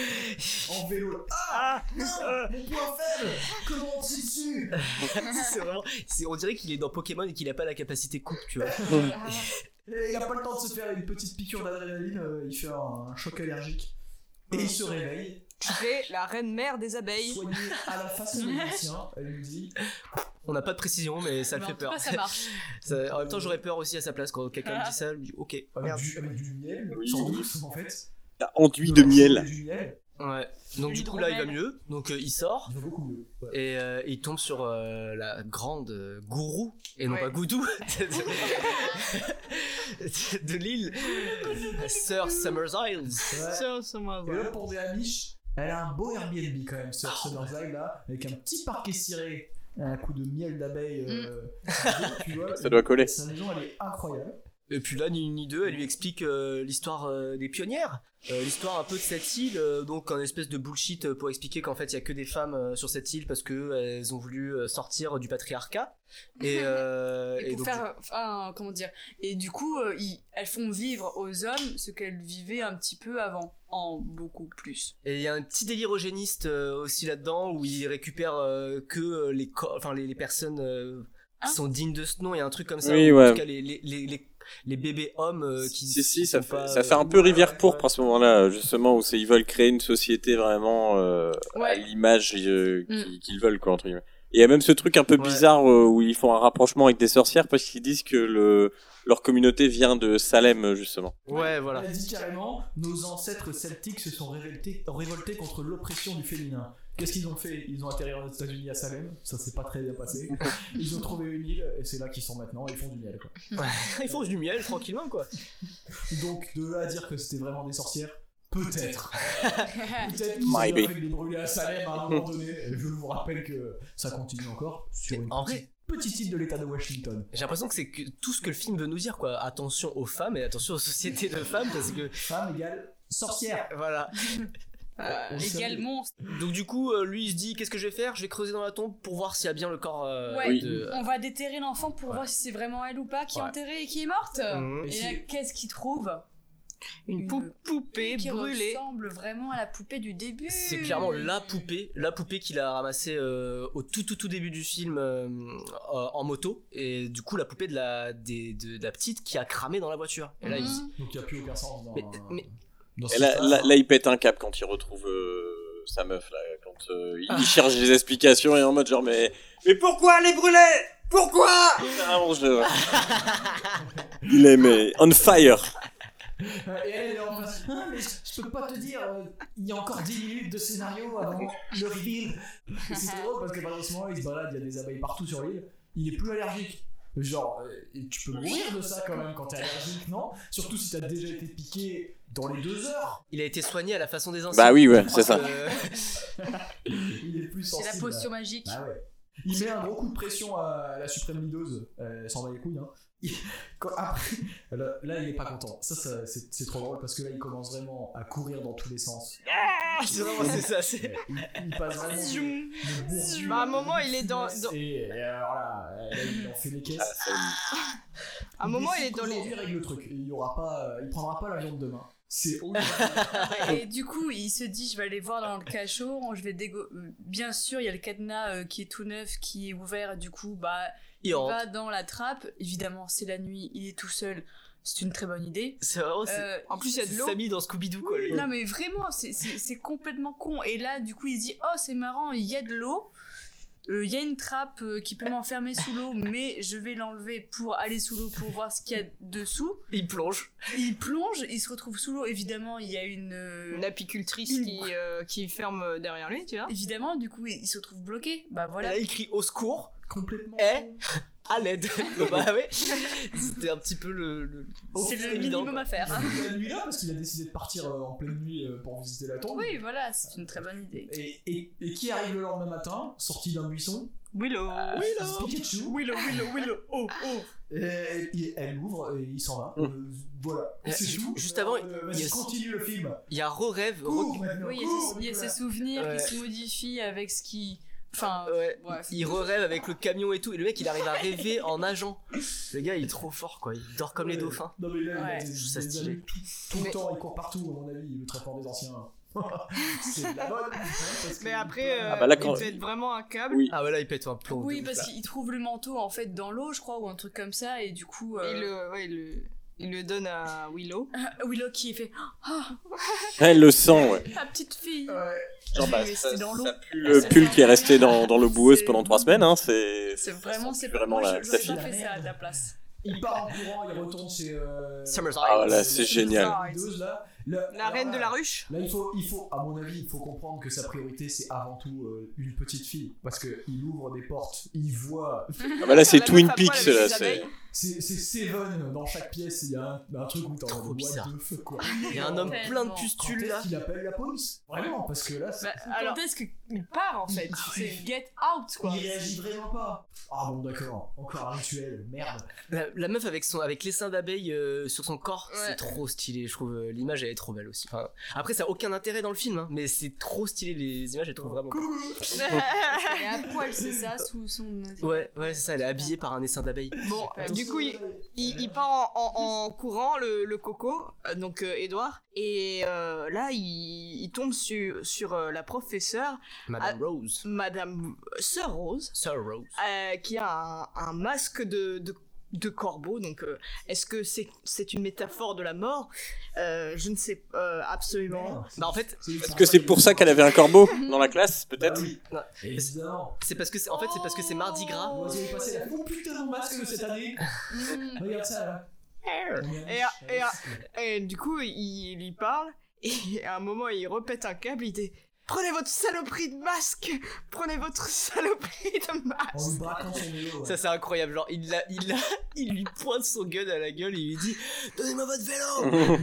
S1: En vélo. Ah, Non Mon point faible Comment on s'y tue
S2: C'est vraiment- c'est- On dirait qu'il est dans Pokémon et qu'il a pas la capacité coupe, tu vois.
S6: Ah,
S1: Et il a pas le temps de se faire une petite piqûre d'adrénaline, euh, il fait un, un choc allergique. Et il se réveille,
S5: Tu fais la reine mère des abeilles.
S1: soigné à la façon des anciens, elle lui dit
S2: On n'a pas de précision, mais ça
S6: Mais
S2: le
S6: en
S2: fait
S6: tout
S2: peur.
S6: cas, ça marche.
S2: Ça- en même temps, j'aurais peur aussi à sa place quand quelqu'un me dit ça. je me dis, ok.
S5: Ah,
S1: avec du, avec du miel, sans doute, en fait. Euh,
S4: La enduit de miel.
S1: Du miel,
S2: Ouais. Donc du coup là, il va
S6: L'hydromel.
S2: mieux. Donc euh, il sort.
S1: il va beaucoup mieux. Ouais.
S2: Et euh, il tombe sur euh, la grande euh, gourou, et non
S5: Ouais.
S2: pas goudou, de, de l'île, la sœur Summers Isles.
S1: Ouais. Ah. Et là, pour des Amish, elle a un beau Airbnb quand même, sur Summerside là, avec un petit parquet ciré, un coup de miel d'abeille. euh, tu vois,
S4: Ça doit coller.
S1: Sa maison, elle est incroyable.
S2: Et puis là, ni une ni deux, elle lui explique euh, l'histoire euh, des pionnières, euh, l'histoire un peu de cette île, euh, donc un espèce de bullshit euh, pour expliquer qu'en fait il y a que des femmes euh, sur cette île parce que euh, elles ont voulu euh, sortir du patriarcat. Et, euh, et
S6: Et, pour
S2: donc,
S6: faire, enfin, comment dire Et du coup, euh, ils- elles font vivre aux hommes ce qu'elles vivaient un petit peu avant, en beaucoup plus.
S2: Et il y a un petit délire eugéniste euh, aussi là-dedans où il récupère euh, que euh, les, co- enfin, les, les personnes euh, qui
S6: Hein
S2: sont dignes de ce nom. Il y a un truc comme ça.
S4: Oui,
S2: ou En
S4: ouais.
S2: tout cas, les, les, les, les, les bébés hommes euh, qui.
S4: Si, si,
S2: qui
S4: ça
S2: sont
S4: fait,
S2: pas,
S4: ça
S2: euh,
S4: fait un peu rivière pourpre à ce moment-là, justement, où c'est, ils veulent créer une société vraiment euh, à
S6: Ouais.
S4: l'image euh,
S6: Mm.
S4: qu'ils- qu'ils veulent, quoi, entre guillemets. Et il y a même ce truc un peu
S2: Ouais.
S4: bizarre euh, où ils font un rapprochement avec des sorcières parce qu'ils disent que le, leur communauté vient de Salem, justement.
S2: Ouais, voilà.
S1: Elle dit carrément Nos ancêtres celtiques se sont révoltés, révoltés contre l'oppression du féminin. Qu'est-ce qu'ils ont fait Ils ont atterri aux États-Unis à Salem, ça s'est pas très bien passé. Ils ont trouvé une île et c'est là qu'ils sont maintenant, ils font du miel. quoi.
S2: Ils font du miel tranquillement, quoi.
S1: Donc de là à dire que c'était vraiment des sorcières, peut-être. Peut-être qu'ils
S4: Maybe.
S1: ont fait des brûlés à Salem à un moment donné. Je vous rappelle que ça continue encore sur
S2: Mais
S1: une
S2: en
S1: petite, petite île de l'État de Washington.
S2: J'ai l'impression que c'est que tout ce que le film veut nous dire, quoi. Attention aux femmes et attention aux sociétés de femmes parce que.
S1: Femme égale sorcière.
S2: Voilà. Euh,
S1: On sait-
S6: également,
S2: Donc, du coup, euh, lui, il se dit Qu'est-ce que je vais faire Je vais creuser dans la tombe pour voir s'il y a bien le corps euh,
S6: Ouais.
S2: de.
S6: on va déterrer l'enfant pour
S2: Ouais.
S6: voir si c'est vraiment elle ou pas qui
S2: Ouais.
S6: est enterrée et qui est morte.
S2: Mhm.
S6: Et là, qu'est-ce qu'il trouve
S5: Une pou- poupée
S6: qui
S5: brûlée.
S6: ressemble vraiment à la poupée du début.
S2: C'est clairement la poupée, la poupée qu'il a ramassée euh, au tout tout tout début du film euh, euh, en moto et du coup la poupée de la des- de, de la petite qui a cramé dans la voiture.
S6: Mm.
S2: Et là
S5: Mhm.
S2: il se dit,
S1: Donc il n'y a plus aucun sens dans.
S2: Mais- mais-
S1: dans
S4: Et
S1: ce
S4: là,
S1: qui se
S4: là,
S1: passe.
S4: là, il pète un cap quand il retrouve euh, sa meuf, là, quand euh, il, il cherche des explications et en mode genre, mais, mais pourquoi les brûler Pourquoi C'est vraiment, je- Il est, mais, on fire
S1: Euh, Et elle elle est en face. Ah, mais je, je peux pas te dire, euh, il y a encore 10 minutes de scénario avant le reveal. Et C'est drôle parce que malheureusement, il se balade, il y a des abeilles partout sur l'île. Il est plus allergique. Genre, euh, et tu peux mourir de ça quand même quand t'es allergique, non Surtout si t'as déjà été piqué dans les deux heures.
S2: il a été soigné à la façon des anciens.
S4: Bah oui, ouais, c'est ça.
S2: Euh,
S1: Il est plus
S6: C'est
S1: sensible.
S6: la potion magique.
S1: Bah ouais. Il met un gros coup de pression à la suprême leaduse, euh, elle s'en bat les couilles. Hein. Il- quand- après, là, là, il est pas content. Ça, ça, c'est c'est trop drôle parce que là, il commence vraiment à courir dans tous les sens.
S2: c'est vraiment c'est ça. c'est-
S1: Il, il passe vraiment. de- de bourgeois
S5: Bah, à un moment, il est dans-
S1: finesse
S5: dans-
S1: Et, et alors là, euh, là, il en fait des
S4: Ah,
S1: caisses.
S5: À un moment, il est
S1: décide
S5: dans les.
S1: qu'aujourd'hui, il règle le truc. Il y aura pas, euh, il prendra pas l'avion de demain. C'est
S6: Et du coup, il se dit, je vais aller voir dans le cachot, je vais dégo... euh, Bien sûr, il y a le cadenas euh, qui est tout neuf, qui est ouvert, du coup, bah,
S2: Il
S6: il
S2: rentre.
S6: va dans la trappe. Évidemment, c'est la nuit, il est tout seul. C'est une très bonne idée.
S2: C'est vraiment. c'est-
S6: Euh,
S5: En plus, il y a de
S2: c'est
S5: l'eau.
S2: Samy dans Scooby-Doo, quoi. lui.
S6: non mais vraiment, c'est- c'est c'est complètement con. Et là, du coup, il se dit, oh, c'est marrant, il y a de l'eau. Euh, Il y a une trappe euh, qui peut m'enfermer sous l'eau, mais je vais l'enlever pour aller sous l'eau pour voir ce qu'il y a dessous.
S2: Il plonge.
S6: Il plonge, il se retrouve sous l'eau. Évidemment, il y a une. euh,
S5: Une apicultrice
S6: Une-
S5: qui, euh, qui ferme euh, derrière lui, tu vois.
S6: Évidemment, du coup, il il se retrouve bloqué. Bah
S2: Elle
S6: voilà.
S2: a écrit au secours,
S1: complètement.
S2: Eh à l'aide. Donc, bah ouais. C'était un petit peu le. le-
S6: C'est le
S2: évident,
S6: minimum
S2: quoi.
S6: à faire. hein.
S1: la nuit là parce qu'il a décidé de partir euh, en pleine nuit euh, pour visiter la tombe.
S6: Oui, voilà, c'est une très bonne idée.
S1: Et, et- et qui arrive le lendemain matin, sorti d'un buisson
S5: Willow.
S1: c'est Pikachu.
S5: Willow, Willow, Willow. Oh, oh.
S1: et- et elle l'ouvre et il s'en va.
S4: Mm.
S1: Euh, voilà.
S2: Euh,
S1: C'est
S2: ju-
S1: tout.
S2: juste avant,
S1: Euh, vas-y,
S2: il y a-
S1: continue le film.
S2: Il y a Re-Rêve.
S1: Cours maintenant,
S6: Oui, il y a
S1: cours,
S6: ses- il y a ses
S1: Nicolas.
S6: souvenirs
S2: Ouais.
S6: qui se modifient avec ce qui. Enfin,
S2: Re- ouais.
S6: bref.
S2: Il re-rêve avec le camion et tout, et le mec il arrive à rêver en nageant. Le gars il est trop fort quoi, il dort comme les
S1: Ouais.
S2: dauphins.
S1: Non mais là, il a
S6: Ouais.
S1: des,
S2: Je trouve ça
S1: des
S2: stylé.
S1: amis tout, tout
S5: Mais-
S1: le temps, il court partout à mon avis, le trappeur des anciens. c'est de la bonne. hein, parce que-
S5: Mais après, euh,
S4: Ah bah là,
S5: il
S4: quand-
S5: peut être vraiment un câble.
S4: Oui.
S2: Ah ouais là il pète un plomb.
S6: Oui,
S2: de
S6: parce
S2: ouf,
S6: qu'il trouve le manteau en fait dans l'eau, je crois, ou un truc comme ça, et du coup.
S5: Il,
S6: Euh...
S5: le, ouais, il, le, il le donne à Willow.
S6: Willow qui fait Ah,
S4: Elle le sent, ouais.
S6: ma petite fille
S1: Ouais.
S4: Genre, bah,
S6: Mais
S4: ça,
S6: c'est dans l'eau.
S4: ça pue le pull qui est resté dans, dans l'eau boueuse
S6: C'est-
S4: pendant trois semaines, hein. C'est
S6: C'est
S4: ça
S6: vraiment,
S4: sent
S6: c'est
S4: plus vraiment
S6: moi,
S4: la,
S6: je-
S4: sa
S6: j'aurais
S4: fille.
S6: pas fait ça à ta place.
S1: Il part en courant, il retourne chez. Euh...
S2: Summer's
S4: Ah,
S2: Eyes.
S4: là, c'est génial.
S1: Windows, là. Là,
S5: La
S1: alors
S5: reine
S1: là,
S5: de la ruche.
S1: Là, il faut, il faut, à mon avis, il faut comprendre que sa priorité, c'est avant tout euh, une petite fille. Parce qu'il ouvre des portes, il voit.
S4: Ah, bah, là, c'est
S5: La
S4: Twin
S5: meuf à poil
S4: Peaks,
S5: avec
S4: là.
S5: les
S4: C'est
S5: abeilles.
S1: C'est c'est Seven dans chaque pièce, il y a un, un truc où t'es en
S2: Trop
S1: mode, what
S2: bizarre.
S1: the fuck, quoi.
S2: Il y a un homme plein de
S6: Tellement.
S1: Quand
S2: pustules
S1: est-ce
S2: là.
S1: qu'il appelle la police Vraiment, parce que là, c'est-
S5: Bah,
S6: Alors, Ah
S5: alors,
S6: Quand est-ce qu'il part en fait C'est get out quoi
S1: il réagit vraiment pas. Ah bon, d'accord, encore un rituel, merde.
S2: La, la meuf avec son avec l'essaim d'abeille euh, sur son corps, c'est
S5: Ouais.
S2: trop stylé. Je trouve euh, l'image elle est trop belle aussi. Enfin, après ça a aucun intérêt dans le film, hein, mais c'est trop stylé les images, je les trouve vraiment. cool.
S1: euh,
S6: Et à poil, c'est ça, sous son.
S2: Ouais ouais c'est ça, elle est habillée par un essaim d'abeille.
S5: bon, Euh, du coup,
S1: euh,
S5: il, il- il part en, en- en courant, le, le coco, euh, donc euh, Edouard. Et euh, là, il, il tombe sur, sur euh, la professeure,
S2: Madame Rose,
S5: Madame Sœur Rose.
S2: Sir Rose.
S5: euh, qui a un, un masque de, de, de corbeau. Donc, euh, est-ce que c'est c'est une métaphore de la mort Euh, Je ne sais euh, absolument.
S2: Bah en fait
S4: Est-ce que c'est pour ça qu'elle avait un corbeau dans la classe, peut-être
S2: Non.
S1: Évidemment.
S2: c'est parce que c'est en fait c'est parce que c'est mardi gras.
S1: L'oiseau est passé là. Oh putain, mon masque de cette année Regarde ça là.
S5: Et, un- et, un- et du coup, il, il y parle, et à un moment, il repète un câble, il dit Prenez votre saloperie de masque Prenez votre saloperie de
S1: En
S5: masque
S1: lui braquant son vélo. ouais.
S2: Ça c'est incroyable, genre il, la- il, la- il lui pointe son gun à la gueule et il lui dit Donnez-moi votre vélo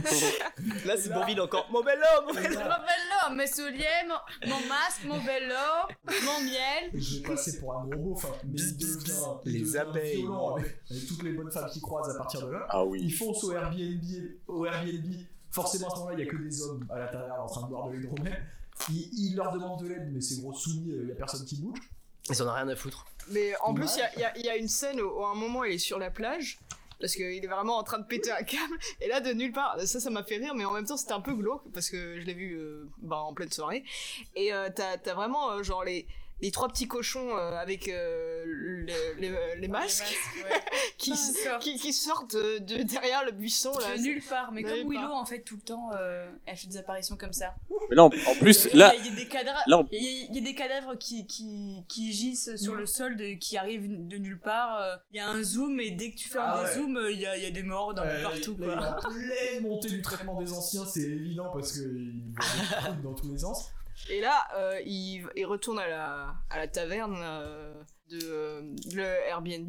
S2: Là c'est Bourville encore Mon vélo, mon vélo
S6: Mon vélo, mes souliers, mon, mon masque, mon vélo, mon miel.
S1: Et je vais passer pour un gros beauf, hein, mais
S2: Bis,
S1: il
S2: bis,
S1: devient-
S2: bis.
S1: il
S2: Les
S1: devient
S2: abeilles.
S1: violent avec, avec toutes les bonnes femmes qui croisent à partir de là.
S4: Ah oui.
S1: Ils foncent au Airbnb, au Airbnb. Forcément, à ce moment-là, il n'y a que des hommes à l'intérieur en train de boire de l'hydromel. Ils, ils leur demandent de l'aide, mais c'est gros soumis, il n'y a personne qui bouge.
S2: Ils en ont rien à foutre.
S5: Mais en plus, il y a- il y, a- il y a une scène où, où à un moment, il est sur la plage. Parce qu'il est vraiment en train de péter un câble. Et là, de nulle part, ça, ça m'a fait rire, mais en même temps, c'était un peu glauque parce que je l'ai vu euh, bah, en pleine soirée. Et euh, t'as t'as vraiment, euh, genre, les, les trois petits cochons euh, avec euh, le- le- les masques qui, s-
S6: D'accord.
S5: qui, qui sortent de, de derrière le buisson. Là.
S6: Je vais nulle part, mais
S5: Nulle
S6: comme Willow
S5: part.
S6: en fait tout le temps, euh, elle fait des apparitions comme ça.
S4: Mais là, en, en plus, là,
S6: il y a des cadavres,
S4: là, on-
S6: il y a- il y a des cadavres qui, qui, qui gissent sur le sol, de- qui arrivent de nulle part. euh, Il y a un zoom et dès que tu fais
S1: Ah
S6: un
S1: ouais.
S6: zoom, euh, il y a, il y a des morts dans
S1: Euh,
S6: partout
S1: là,
S6: quoi.
S1: il est en pleine montée du traitement des anciens, c'est évident parce qu'ils vont des trucs dans tous les sens.
S5: Et là, euh, il, il retourne à la, à la taverne euh, de, euh, le Airbnb.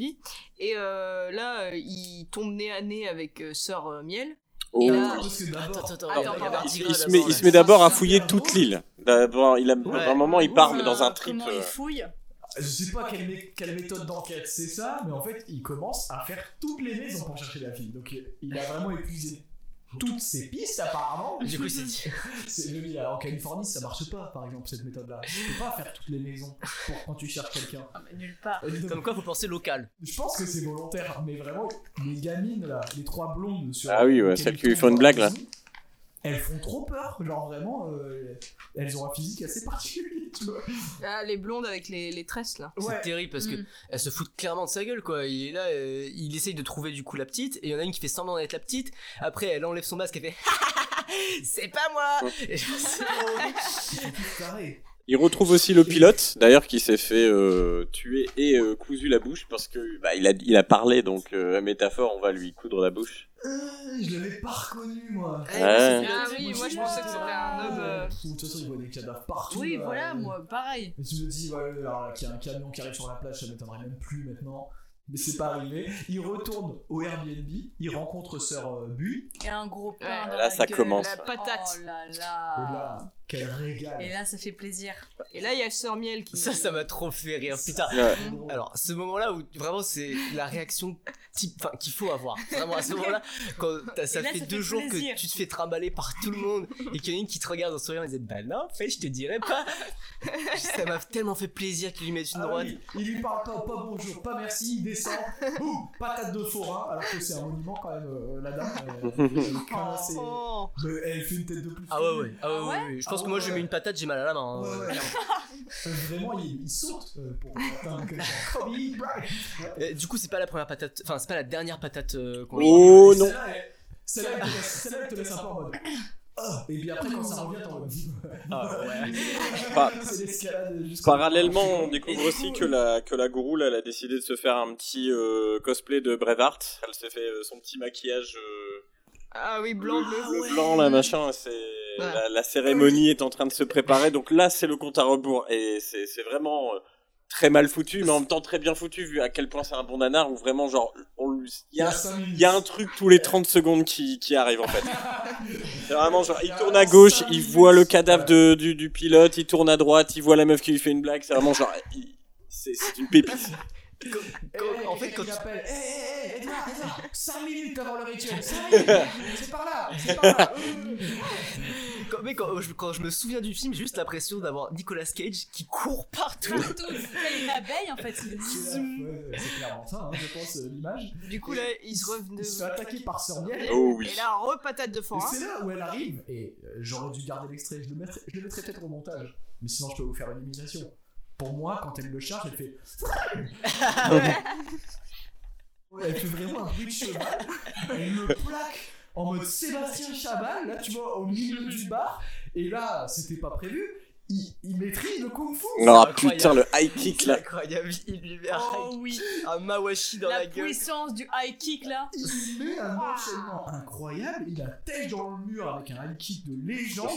S5: Et euh, là, euh, il tombe nez à nez avec euh, Sœur euh, Miel.
S4: oh,
S5: Et là,
S4: oui.
S1: Parce que d'abord,
S2: attends, attends,
S5: attends,
S2: il y a- il y a
S5: attends,
S2: mardi
S4: il,
S2: gras
S4: il se
S2: d'abord,
S4: met, il
S2: là.
S4: se met d'abord à fouiller toute l'île. D'abord, il a,
S2: Ouais.
S4: à un moment, il part mais dans un
S6: Enfin,
S4: trip.
S6: Comment
S4: euh,
S6: il fouille
S1: je sais pas quelle, mé- quelle méthode d'enquête c'est ça, mais en fait, il commence à faire toutes les maisons pour chercher la fille. Donc, il- il a vraiment épuisé toutes ses pistes apparemment.
S2: Du coup, c'est dit.
S1: C'est- oui, alors, en Californie, ça marche pas, par exemple, cette méthode-là. Tu peux pas faire toutes les maisons pour quand tu cherches quelqu'un.
S6: Ah, mais Nulle part.
S2: euh, Comme quoi, faut penser local.
S1: Je pense que c'est volontaire, mais vraiment, les gamines, là, les trois blondes sur.
S4: Ah oui, ouais,
S1: celles
S4: celles qui lui font une blague, là.
S1: elles font trop peur. Genre vraiment, euh, elles ont un physique assez particulier, tu vois.
S5: Ah, les blondes avec les, les tresses là.
S2: C'est
S1: Ouais.
S2: terrible parce que
S6: Mm.
S2: elle se fout clairement de sa gueule quoi. Il est là, euh, il essaye de trouver du coup la petite et il y en a une qui fait semblant d'être la petite. Après elle enlève son masque et fait c'est pas moi. Et je-
S1: C'est horrible. C'est tout pareil.
S4: Il retrouve aussi le pilote, d'ailleurs, qui s'est fait euh, tuer et euh, cousu la bouche parce que bah, il a il a parlé donc euh, la métaphore, on va lui coudre la bouche.
S1: Euh, je l'avais pas reconnu, moi.
S2: Ouais,
S4: Ouais.
S5: Ah oui, moi je pensais que c'était
S4: Ah.
S5: un homme. euh,
S1: Pff, De toute façon, il voit des cadavres partout.
S6: Oui,
S1: là.
S6: voilà, moi, pareil.
S1: Et tu me dis, ouais, alors là, qu'il y a un camion qui arrive sur la plage, ça m'étonnerait même plus maintenant. Mais c'est pas arrivé. Il retourne au Airbnb, il rencontre Sœur euh, Bu.
S6: Et un gros pain.
S5: Ouais,
S6: dans
S4: là,
S6: la
S4: ça
S6: gueule.
S4: commence.
S5: La patate.
S6: Oh là
S1: Et
S6: là.
S1: là, quel régal.
S6: Et là, ça fait plaisir.
S5: Et là, il y a Sœur Miel qui. Oh.
S2: Ça, ça m'a trop fait rire, putain.
S4: Ouais.
S2: Alors, ce moment-là où vraiment c'est la réaction type, enfin qu'il faut avoir. Vraiment à ce moment-là, quand t'as- ça
S6: Et là,
S2: fait
S6: ça
S2: deux
S6: fait
S2: jours
S6: plaisir.
S2: que tu te fais trimballer par tout le monde et qu'il y en a une qui te regarde en souriant et disait bah non, en fait je te dirais pas. ça m'a tellement fait plaisir qu'il lui mette une
S1: Ah
S2: droite.
S1: oui, il lui parle pas, pas bonjour, pas merci, il descend, boum, patate de forain, alors que c'est un monument quand même, euh, la dame. euh, elle crasse et-
S5: Oh.
S1: Mais elle fait une tête de plus.
S2: Ah ouais, ouais. Ah ouais, ouais, ouais. Je
S1: Ah
S2: pense que moi,
S1: ouais.
S2: je mets une patate, j'ai mal à la main. hein.
S1: Ouais, ouais. Euh, Vraiment, il, il saute euh, pour atteindre quelqu'un. Kobe Bryant.
S2: Euh, du coup, c'est pas la première patate, enfin, c'est pas la dernière patate euh, qu'on
S4: Oh
S1: Et
S4: non.
S1: Celle-là, elle- celle-là, elle te laisse- celle-là, elle te laisse un peu en mode. Ah, et puis après, quand ça revient, t'en
S2: Ah,
S1: Oh.
S2: ouais.
S4: Par-
S1: C'est l'escalade jusqu'au-
S4: Parallèlement, on découvre aussi que la que la gourou là, elle a décidé de se faire un petit euh, cosplay de Braveheart. Elle s'est fait euh, son petit maquillage euh,
S5: Ah oui, blanc, bleu.
S4: le blanc là machin. C'est
S5: Ouais.
S4: la, la cérémonie est en train de se préparer. Donc là, c'est le compte à rebours et c'est c'est vraiment euh, très mal foutu, mais en même temps très bien foutu vu à quel point c'est un bon nanar où vraiment genre on lui- il y a
S1: cinq minutes.
S4: Il y a un truc tous les 30 secondes qui, qui arrive en fait. C'est vraiment genre, il tourne à gauche, il voit le cadavre de, du, du pilote, il tourne à droite, il voit la meuf qui lui fait une blague. C'est vraiment genre, il- c'est c'est une pépite.
S1: Eh,
S2: en fait,
S1: quelqu'un
S2: quand-
S1: qui appelle. Eh, eh, eh, Edouard, Edouard, 5 minutes avant le rituel. 5 minutes. C'est par là. C'est par là. Euh.
S2: Quand- mais quand je, quand je me souviens du film, j'ai juste l'impression d'avoir Nicolas Cage qui court partout.
S6: Partout. C'est une abeille, en fait.
S1: C'est ouais, ouais, c'est clairement ça, hein, je pense, euh, l'image.
S5: Du coup, là, ils se revenent
S1: Ils se fait
S5: de.
S1: attaquer par Sir Miel.
S4: Oh oui.
S5: Et là, repatate de
S1: Et
S5: forain.
S1: c'est là où elle arrive. Et euh, j'aurais dû garder l'extrait, je le mettrai, je le mettrai peut-être au montage. Mais sinon, je peux vous faire une imitation. Pour moi, quand elle le charge, elle fait. Ouais, elle fait vraiment un bruit de cheval. Elle me plaque en mode Sébastien Chabal, là, tu vois, au milieu du bar. Et là, c'était pas prévu. Il, il maîtrise le kung fu.
S4: Oh
S2: incroyable.
S4: putain, le high kick là.
S2: Incroyable, il lui met un,
S6: Oh oui.
S2: un mawashi dans la,
S6: La
S2: gueule.
S6: puissance du high kick, là.
S1: Il met un enchaînement incroyable, il attèche dans le mur avec un high kick de légende,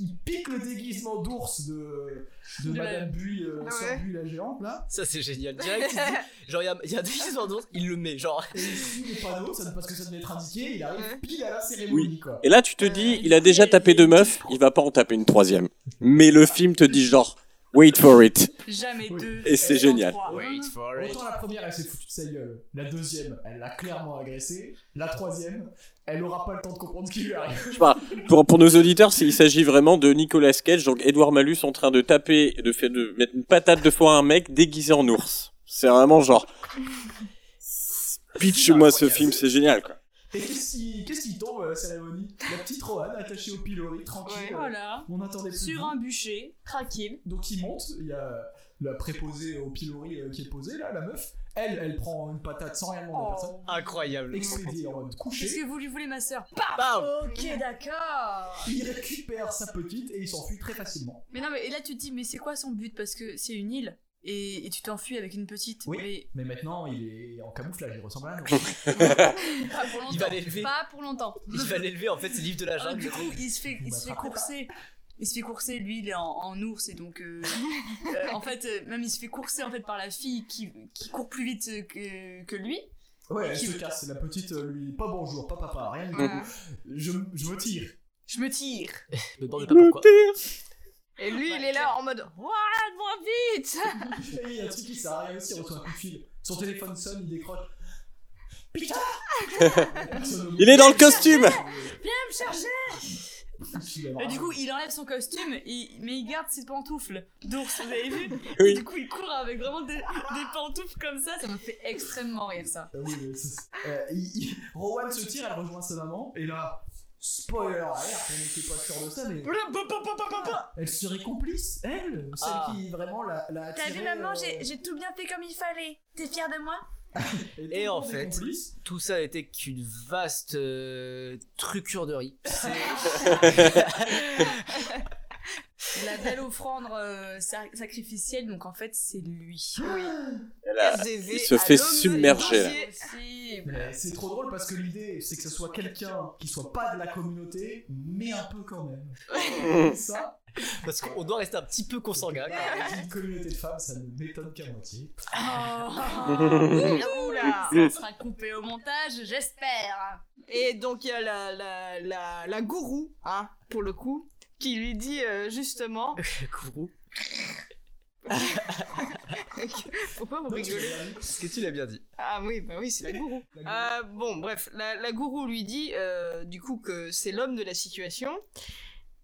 S1: il pique le déguisement d'ours de, de
S6: De la-
S1: Madame Bulle, euh,
S5: Ah
S1: Sœur
S5: ouais.
S1: Bulle, la géante là,
S2: Ça, c'est génial.
S5: hein.
S2: Direct, il dit- genre, il y a, il y a des histoires d'autres, il le met. Genre,
S1: et il suit les panneaux, ça, parce que ça devait être indiqué, il arrive
S5: Ouais.
S1: pile à la cérémonie quoi.
S4: Et là, tu te dis, il a déjà tapé deux meufs, il va pas en taper une troisième. Mais le film te dit genre, wait for it.
S6: Jamais
S1: Oui.
S6: deux.
S4: Et c'est
S6: jamais
S4: génial.
S6: trois.
S2: for
S1: Autant la première elle s'est foutue de sa gueule, la deuxième elle l'a clairement agressée, la troisième elle aura pas le temps de comprendre ce qui lui arrive.
S4: Pour, pour nos auditeurs, s'il s'agit vraiment de Nicolas Cage, donc Edouard Malus en train de taper, de, faire, de mettre une patate de foin à un mec déguisé en ours. C'est vraiment genre. Pitch-moi ce film, c'est génial quoi.
S1: Et qu'est-ce qui, qu'est-ce qui tombe euh, à la cérémonie La petite Rohan attachée au pilori, tranquille,
S5: Ouais,
S6: Voilà.
S1: on attendait plus de
S6: Sur
S1: vous.
S6: un bûcher, tranquille.
S1: Donc il monte, il y a la préposée au pilori euh, qui est posée là, la meuf. Elle, elle prend une patate sans rien demander à personne.
S6: Oh.
S2: Incroyable.
S1: Expédiée en mode
S6: Qu'est-ce
S1: couché,
S6: que vous lui voulez, ma sœur
S2: Bam
S6: Ok, d'accord.
S1: il récupère sa petite et il s'enfuit très facilement.
S6: Mais non, mais et là, tu te dis, mais c'est quoi son but Parce que c'est une île. Et, et tu t'enfuis avec une petite.
S1: Oui. Mais maintenant, il est en camouflage, il ressemble à un ours.
S6: Mais pas pour longtemps.
S2: Il va l'élever.
S6: Pas pour longtemps.
S2: Il va l'élever, en fait, c'est livre de la
S6: Ah,
S2: jungle.
S6: du coup, il se fait,
S1: Vous
S6: il se fait
S1: m'attrapez
S6: courser. Il se fait courser, lui, il est en, en ours et donc. euh, euh, en fait, euh, même il se fait courser en fait par la fille qui, qui court plus vite euh, que, que lui.
S1: Ouais, elle se casse, la petite euh, lui, pas bonjour, pas papa, rien du
S5: Ouais.
S1: tout. Je, je me tire.
S6: Je me tire.
S2: Me demandez pas pourquoi.
S5: Et lui, il est là en mode What, moi vite
S1: Et il y a un truc qui s'arrête aussi, il reçoit un coup de fil. Son téléphone sonne, il décroche. Putain Personne au
S4: Il est dans le costume
S1: euh,
S6: Viens me chercher
S1: monde.
S5: Bah.
S6: Et du coup, il enlève son costume, il- mais il garde ses pantoufles d'ours, vous avez vu
S4: Oui.
S6: Et Du coup, il court avec vraiment des, des pantoufles comme ça, ça me fait extrêmement rire ça.
S1: Ah oui, mais ça, c'est- euh, il- il- Rowan se tire, elle rejoint sa maman, et là, spoiler alert, on n'était pas sûr de ça, mais elle serait complice, elle, celle
S2: Ah.
S1: qui vraiment la, la
S6: T'as vu
S1: attirée,
S6: maman,
S1: euh,
S6: j'ai j'ai tout bien fait comme il fallait. T'es fière de moi
S1: tout le
S2: Et en
S1: monde est
S2: fait-
S1: complice.
S2: Tout ça n'était qu'une vaste euh, trucure de riz.
S6: La belle offrande euh, sa- sacrificielle, donc en fait c'est lui.
S4: Elle a-
S5: SDV
S4: il se
S5: à
S4: fait
S5: l'homme
S4: submerger, là.
S5: étranger.
S1: Mais Euh, C'est trop drôle parce que l'idée, c'est que ce soit quelqu'un qui soit pas de la communauté, mais un peu quand même. Et ça,
S2: Parce qu'on doit rester un petit peu consanguin. quoi.
S1: avec une communauté de femmes, ça ne m'étonne qu'à moitié.
S5: Oula.
S6: oh. Ça sera coupé au montage, j'espère.
S5: Et donc il y a la, la, la, la gourou, hein, pour le coup, qui lui dit euh, justement...
S2: Le gourou.
S5: Pourquoi vous
S1: Non, tu
S5: rigolez
S1: l'as vu
S2: Ce que tu l'as bien dit.
S5: Ah oui, bah oui, c'est la gourou.
S2: Ah.
S1: La
S5: Euh, bon, bref, la, la gourou lui dit euh, du coup que c'est l'homme de la situation.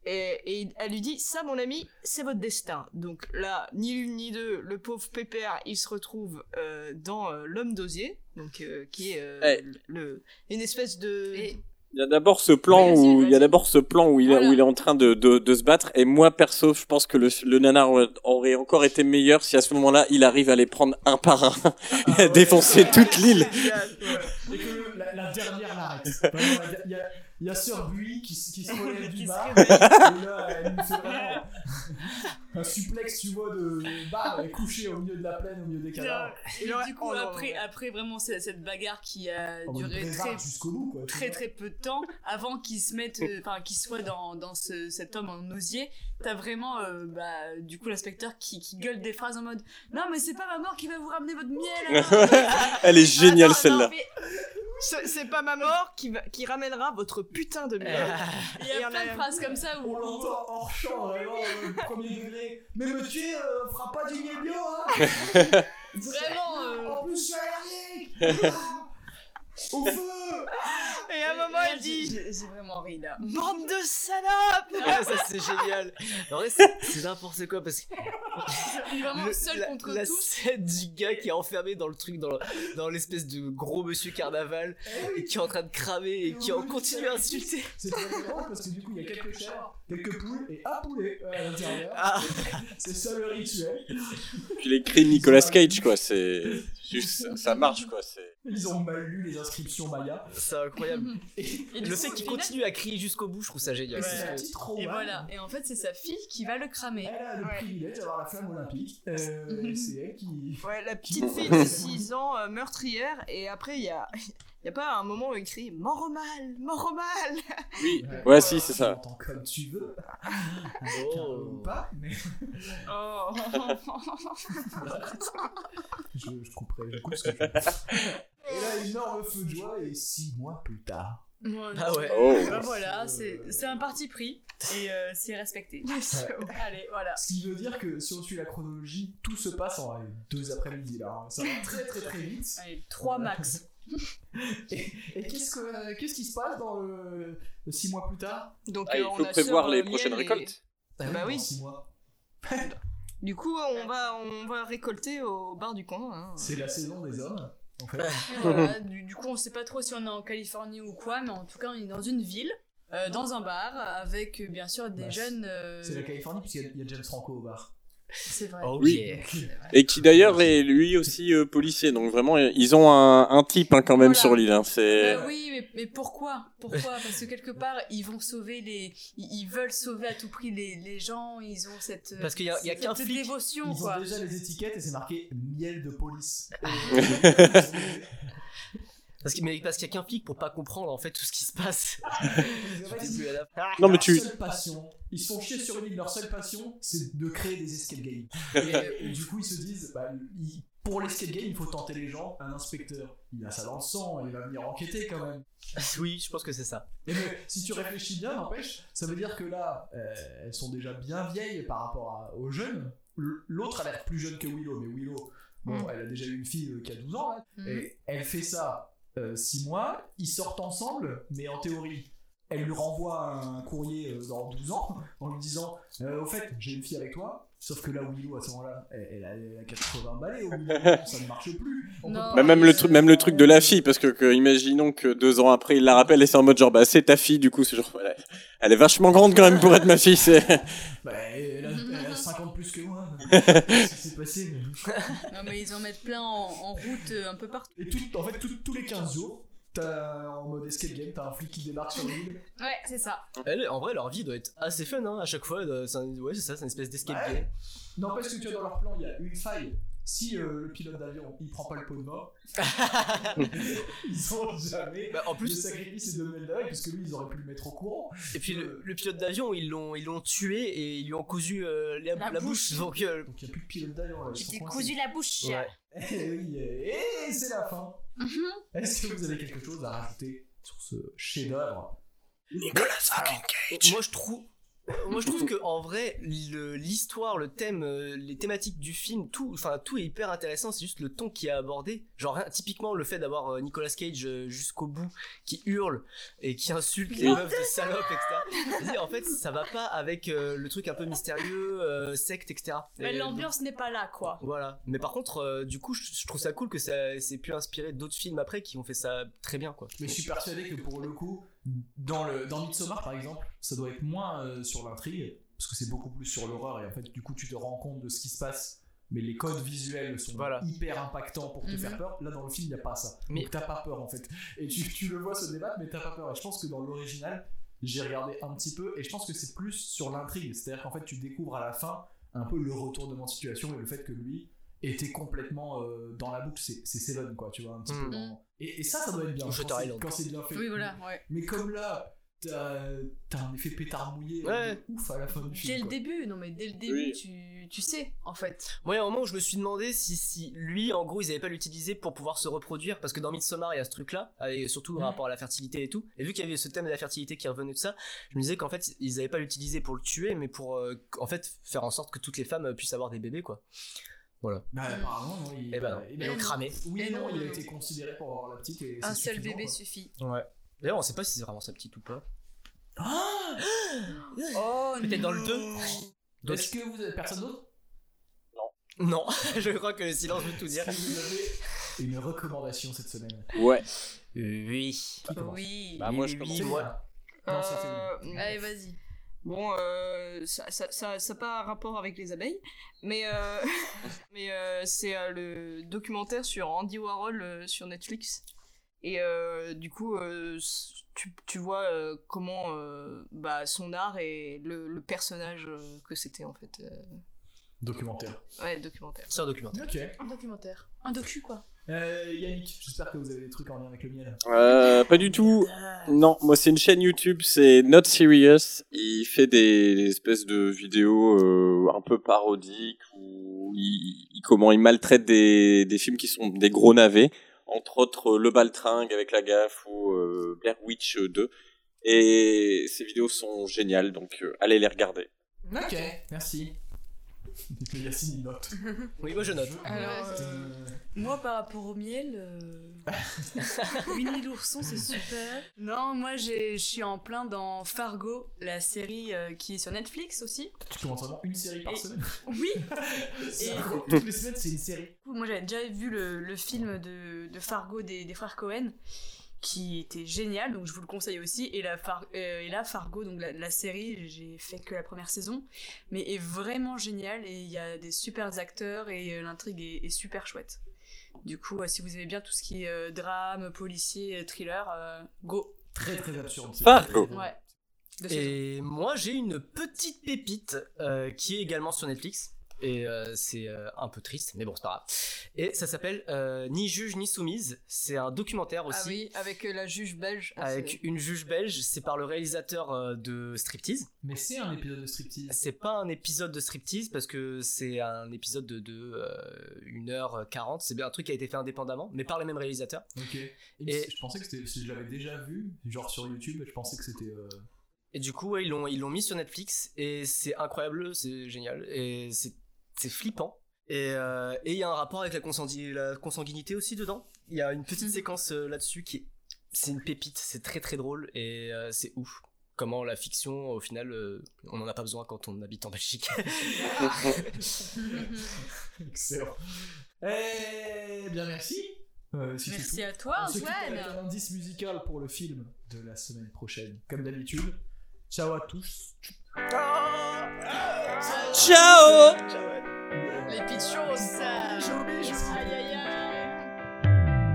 S5: Et, et il- elle lui dit Ça, mon ami, c'est votre destin. Donc là, ni l'une ni deux, le pauvre pépère, il se retrouve euh, dans euh, l'homme d'osier, donc, euh, qui est euh,
S4: Eh.
S5: le, une espèce de.
S6: Et-
S4: Il y a d'abord ce plan où
S6: Vas-y,
S4: il y a
S6: vas-y.
S4: d'abord ce plan où il, est-
S6: Voilà.
S4: où il est en train de, de, de se battre et moi perso je pense que le, le nanar aurait encore été meilleur si à ce moment-là il arrive à les prendre un par un et à
S1: ouais.
S4: défoncer toute l'île.
S1: Et que le- la, la dernière l'arrête. Vraiment, Il y a, il y a Sœur Bui qui, s- qui se relève du
S6: Qui se
S1: bar. Et là, elle nous fait vraiment un suplex, tu vois, de bar euh, couché au milieu de la plaine, au milieu des cadavres.
S6: Et
S5: Ouais,
S6: du coup,
S5: oh non,
S6: après,
S5: ouais.
S6: après vraiment c'est- cette bagarre qui a
S1: En mode
S6: duré très
S1: brésard jusqu'au bout, quoi. tu
S6: très
S1: vois.
S6: très peu de temps avant qu'il se mette euh, enfin qu'il soit dans, dans ce, cet homme en osier t'as vraiment euh, bah, du coup l'inspecteur qui, qui gueule des phrases en mode non mais c'est pas ma mort qui va vous ramener votre miel hein.
S4: Elle est
S5: Ah, non,
S4: géniale celle-là.
S5: non, mais ce- C'est pas ma mort qui, va- qui ramènera votre putain de
S6: Euh.
S5: merde.
S6: il y
S5: Et on
S6: a plein de
S5: a-
S6: phrases comme ça où
S1: On l'entend hors champ, vraiment, euh, premier degré. Mais me tuer, euh, fera pas du miel bio, hein
S6: vraiment euh,
S1: En plus, je suis allergique Ah Au feu
S4: Ah.
S5: Et à un moment, elle dit
S6: j'ai j'ai vraiment ri là
S5: Bande de salopes
S2: Ah, ça c'est génial. En vrai, c'est c'est n'importe quoi parce que
S6: vraiment
S2: le-
S6: seul
S2: la,
S6: contre
S2: la
S6: tous
S2: scène du gars qui est enfermé dans le truc, dans le- dans l'espèce de gros monsieur carnaval
S1: Eh
S2: et qui est en train de cramer et qui en continue à insulter.
S1: C'est très drôle parce que du coup, il y a quelques chèvres, quelques poules et un poulet euh, à l'intérieur.
S2: Ah,
S1: C'est ça le rituel.
S4: Puis les cris de Nicolas Cage quoi, c'est juste ça marche quoi, c'est
S1: Ils ont mal lu les inscriptions Maya.
S2: c'est incroyable.
S6: Et
S2: le
S6: du coup,
S2: fait qu'il
S6: au final-
S2: continue à crier jusqu'au bout, je trouve ça génial.
S1: Et
S6: Ouais.
S1: c'est la petite Rowan.
S6: et voilà et en fait c'est sa fille qui va le cramer
S1: Elle a le
S5: Ouais.
S1: privilège d'avoir la flamme olympique. Euh, et c'est elle qui.
S5: Ouais, la petite fille de 6 ans euh, meurtrière, et après, il y a, il y a pas un moment où il crie Mort au mal Mort au mal
S4: oui. Ouais,
S1: Voilà,
S4: si, c'est
S1: tu
S4: ça.
S1: l'entends comme tu veux. Ou
S2: Oh.
S1: pas, mais
S5: Oh.
S1: je, je couperai. Je coupe ce que je veux. Et là, énorme feu de joie, et six mois plus tard.
S6: Ouais,
S2: Ah ouais.
S4: Oh.
S6: bah voilà c'est c'est un parti pris et euh, c'est respecté allez voilà
S1: Ce qui veut dire que si on suit la chronologie, tout se passe en euh, deux après-midi là. hein. Ça va très très très vite.
S6: allez 3 max
S1: Et, et qu'est-ce que- euh, qu'est-ce qui se passe dans le, le six mois plus tard
S5: Donc,
S4: Ah,
S5: euh,
S4: il
S5: on
S4: faut
S5: a
S4: prévoir
S5: Sœur
S4: les
S5: Miel
S4: prochaines
S5: et-
S4: récoltes.
S5: Bah oui.
S1: dans six mois.
S5: Du coup, on va, on va récolter au bar du coin. hein.
S1: C'est la saison des hommes. En fait.
S6: Voilà, du, du coup, on sait pas trop si on est en Californie ou quoi, mais en tout cas, on est dans une ville, euh, dans un bar, avec euh, bien sûr des
S1: Bah,
S6: jeunes. euh,
S1: C'est la Californie puisqu'il y a- il y a James Franco au bar.
S6: C'est vrai.
S2: Oh
S4: Oui.
S2: yeah.
S4: Et qui d'ailleurs est lui aussi euh, policier, donc vraiment euh, ils ont un, un type hein, quand même
S6: Voilà.
S4: sur l'île. Hein, c'est
S6: Bah oui, mais, mais pourquoi Pourquoi Parce que quelque part, ils vont sauver les. Ils, ils veulent sauver à tout prix les, les gens, ils ont cette. euh,
S2: Parce qu'il y a- il y a
S6: cette
S2: qu'un flic,
S1: Ils
S6: dévotion,
S1: ont
S6: quoi.
S1: déjà les étiquettes et c'est marqué miel de police.
S2: Parce qu'il mais parce qu'il y a qu'un flic pour pas comprendre en fait tout ce qui se passe. Du début à la fin.
S4: Non, mais
S1: Leur
S4: tu-
S1: seule passion, ils se font chier sur une île, leur seule passion, c'est de créer des escape games. Et, et du coup, ils se disent, bah, il- pour l'escape game, il faut tenter les gens, un inspecteur. Il a ça dans le sang, il va venir enquêter quand même.
S2: Oui, je pense que c'est ça.
S1: Et mais, si tu réfléchis bien, n'empêche, ça veut dire que là, euh, elles sont déjà bien vieilles par rapport à- aux jeunes. L- L'autre a l'air plus jeune que Willow, mais Willow, bon,
S4: Mm.
S1: elle a déjà eu une fille euh, qui a 12 ans, hein,
S6: Mhm.
S1: euh, et elle fait ça 6 mois, ils sortent ensemble, mais en théorie. elle lui renvoie un courrier euh, dans 12 ans en lui disant euh, Au fait, j'ai une fille avec toi. Sauf que là, Willow, à ce moment-là, elle, elle a, elle a 80 balais. Au bout d'un moment, ça ne marche plus. On peut
S6: Non.
S1: pas-
S4: Bah, même le truc, même le truc de la fille, parce que, que imaginons que deux ans après, il la rappelle et c'est en mode genre, bah, c'est ta fille, du coup, c'est genre, voilà. elle est vachement grande quand même pour être ma fille, c'est,
S1: Bah, elle, a, elle a 50 plus que moi. Qu'est-ce qui s'est passé mais-
S6: Non, mais ils en mettent plein en, en route euh, un peu partout.
S1: Et tout- en fait, tout- tous les 15 jours, t'as en mode escape game, t'as un flic qui débarque sur l'île.
S6: Ouais, c'est ça.
S2: Elle, en vrai, leur vie doit être assez fun, hein. À chaque fois, euh, c'est un- ouais, c'est ça, c'est une espèce d'escape
S1: Ouais.
S2: game.
S1: Non, parce que tu vois, dans leur plan, il y a une faille. Si euh, le pilote d'avion il prend pas le pot de mort, ils seront jamais.
S2: Bah, en
S1: le
S2: plus,
S1: sacrifice de Meldaï, parce que lui, ils auraient pu le mettre au courant.
S2: et puis le, le pilote d'avion, ils l'ont, ils l'ont tué et ils lui ont cousu euh, la,
S6: La
S2: la bouche. Donc, euh,
S1: Donc il n'y a plus de pilote d'avion. euh, là, ils
S7: Tu
S1: sont
S7: t'es
S1: coincés.
S7: cousu la bouche.
S2: ouais.
S1: Eh oui, eh, eh, c'est la fin. Est-ce que vous avez quelque chose à rajouter sur ce chef-d'œuvre
S2: moi je trouve moi je trouve que en vrai le- l'histoire le thème euh, les thématiques du film tout enfin tout est hyper intéressant c'est juste le ton qui est abordé genre rien- typiquement le fait d'avoir euh, Nicolas Cage euh, jusqu'au bout qui hurle et qui insulte les meufs de salopes etc Vas-y, en fait ça va pas avec euh, le truc un peu mystérieux euh, secte etc
S6: Mais
S2: Et-
S6: l'ambiance n'est pas là, quoi.
S2: voilà mais par contre euh, du coup je, je trouve ça cool que ça s'est pu inspirer d'autres films après qui ont fait ça très bien quoi
S1: Mais je suis persuadé que pour le coup, dans, le, dans Midsommar par exemple, ça doit être moins euh, sur l'intrigue, parce que c'est beaucoup plus sur l'horreur, et en fait, du coup, tu te rends compte de ce qui se passe, mais les codes visuels sont
S2: Voilà.
S1: hyper impactants pour te
S6: Mhm.
S1: faire peur. Là, dans le film, il n'y a pas ça.
S2: Mais-
S1: Donc, t'as pas peur en fait. Et tu, tu le vois se débattre, mais t'as pas peur. Et je pense que dans l'original, j'ai regardé un petit peu, et je pense que c'est plus sur l'intrigue, c'est-à-dire qu'en fait, tu découvres à la fin un peu le retournement de situation et le fait que lui était complètement euh, dans la boucle, c'est c'est Seven quoi, tu vois, un petit
S2: Mhm.
S1: peu. dans- Et, et ça, ça doit être bien
S2: Ou Shutter
S1: quand c'est-
S2: Island.
S1: quand c'est bien fait.
S6: Oui, voilà, ouais.
S1: Mais comme là, t'as t'as un effet pétard mouillé euh,
S2: Ouais.
S1: de ouf à la fin du film.
S6: Dès le
S1: quoi.
S6: début, non mais dès le début,
S4: Oui.
S6: tu, tu sais, en fait.
S2: Moi, il y a un moment où je me suis demandé si, si lui, en gros, ils n'avaient pas l'utilisé pour pouvoir se reproduire, parce que dans Midsommar, il y a ce truc-là, euh, et surtout par rapport à la fertilité et tout. Et vu qu'il y avait ce thème de la fertilité qui revenait de ça, je me disais qu'en fait, ils n'avaient pas l'utilisé pour le tuer, mais pour, euh, en fait, faire en sorte que toutes les femmes euh, puissent avoir des bébés, quoi.
S1: Bah, apparemment, non, il,
S2: Et ben non.
S1: il
S2: Ils
S1: a-
S2: l'ont cramé.
S1: Oui,
S6: Eh
S1: non,
S6: non,
S1: il a
S6: non,
S1: été
S6: non.
S1: considéré pour avoir la petite. Et
S6: Un
S1: c'est
S6: seul
S1: suffisant,
S6: bébé
S1: quoi.
S6: suffit.
S2: Ouais. D'ailleurs, on sait pas si c'est vraiment sa petite ou pas.
S1: Ah
S6: Oh,
S2: Peut-être dans le 2 Donc-
S1: Est-ce que vous avez personne d'autre
S2: Non, je crois que le silence veut tout
S1: Est-ce
S2: dire.
S1: que vous avez une recommandation cette semaine
S4: ouais.
S2: Oui.
S1: Qui commence
S6: Oui.
S4: Bah, moi, je
S2: oui,
S4: commence.
S2: moi.
S1: Non, c'est fini.
S5: Euh,
S6: Allez, vas-y.
S5: Bon, euh, ça n'a ça, ça, ça a pas un rapport avec les abeilles, mais, euh, mais euh, c'est euh, le documentaire sur Andy Warhol euh, sur Netflix. Et euh, du coup, euh, s- tu, tu vois euh, comment euh, bah, son art et le, le personnage euh, que c'était en fait. euh,
S1: Documentaire.
S5: ouais, documentaire.
S2: C'est un documentaire.
S1: Ok.
S6: Un documentaire. Un docu, quoi.
S1: Euh, Yannick, j'espère que vous avez des trucs en lien avec le miel.
S4: Euh, pas du tout. Non, moi c'est une chaîne YouTube, c'est Not Serious. Il fait des, des espèces de vidéos euh, un peu parodiques où il, il- comment il maltraite des, des films qui sont des gros navets, entre autres euh, Le Baltringue avec la gaffe ou euh, Blair Witch 2. Et ces vidéos sont géniales, donc euh, allez les regarder.
S1: Ok, merci. Yacine, il note.
S2: Oui, moi je note.
S6: Alors,
S1: Euh,
S3: Moi, par rapport au miel, euh... Winnie l'ourson, c'est super. Non, moi, j'ai- je suis en plein dans Fargo, la série euh, qui est sur Netflix aussi.
S1: Tu commences vraiment une série par
S3: Et-
S1: semaine
S3: Oui,
S1: C'est incroyable. Toutes les semaines, c'est une série.
S3: coup, moi j'avais déjà vu le, le film de, de Fargo des, des frères Cohen qui était génial, donc je vous le conseille aussi. Et, la Far- euh, et là, Fargo, donc la, la série, j'ai fait que la première saison, mais est vraiment géniale et il y a des super acteurs et euh, l'intrigue est, est super chouette. Du coup, euh, si vous aimez bien tout ce qui est euh, drame, policier, euh, thriller, euh, go.
S1: Très très absurde. c'est
S4: Fargo.
S1: très, très
S3: Ouais. De ce-
S2: Et moi, j'ai une petite pépite euh, qui est également sur Netflix. Et euh, c'est euh, un peu triste, mais bon, c'est pas grave. Et ça s'appelle euh, Ni juge ni soumise. C'est un documentaire aussi.
S5: Ah oui, avec euh, la juge belge. Ah,
S2: Avec
S5: c'est-
S2: une juge belge, c'est par le réalisateur euh, de Striptease.
S1: Mais c'est un épisode de striptease.
S2: C'est pas un épisode de Striptease parce que c'est un épisode de, de euh, 1h40. C'est bien un truc qui a été fait indépendamment, mais par le même réalisateur.
S1: Ok. Et,
S2: Et-
S1: je pensais que c'était, je l'avais déjà vu, genre sur YouTube, je pensais que c'était. euh,
S2: Et du coup, ouais, ils l'ont ils l'ont mis sur Netflix et c'est incroyable, c'est génial et c'est c'est flippant. Et euh, et il y a un rapport avec la, consangui- la consanguinité aussi dedans. Il y a une petite séquence euh, là-dessus qui est- c'est une pépite, c'est très très drôle et euh, c'est ouf. comment la fiction, au final, euh, on n'en a pas besoin quand on habite en Belgique.
S1: Excellent. Eh bien, merci. Euh, si c'est tout.
S6: Merci à toi,
S1: On se quitte avec
S6: Antoine.
S1: un indice musical pour le film de la semaine prochaine. Comme d'habitude, ciao à tous.
S4: Ciao
S6: Les pitchons, ça.
S1: Ciao, bisous.
S6: Aïe aïe aïe.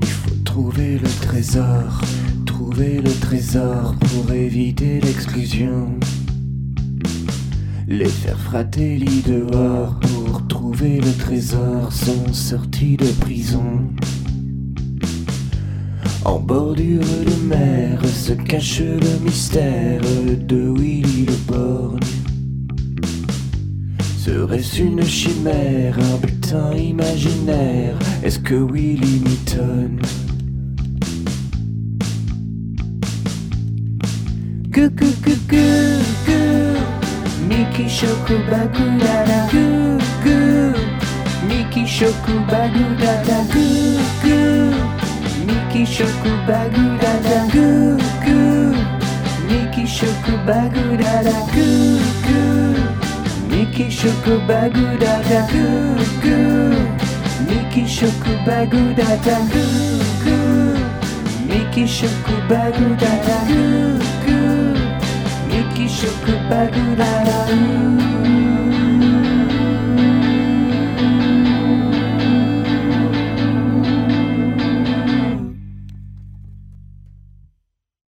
S7: Il faut trouver le trésor, trouver le trésor pour éviter l'exclusion. Les faire fratelli dehors pour trouver le trésor sont sortis de prison. En bordure de mer se cache le mystère de Willy le Borgne. Serait-ce une chimère, un butin imaginaire Est-ce que Willy Mitton Que que que que que Miki Shoku Bagudada Que que Miki Shoku Bagudada Que que Miki Shoku Bagudada Que que Miki Shoku Bagudada Que que Miki Shoku Bagudada Goo Goo Miki Shoku Bagudada Goo Goo Miki Shoku Bagudada Goo Goo Miki Shoku Bagudada Goo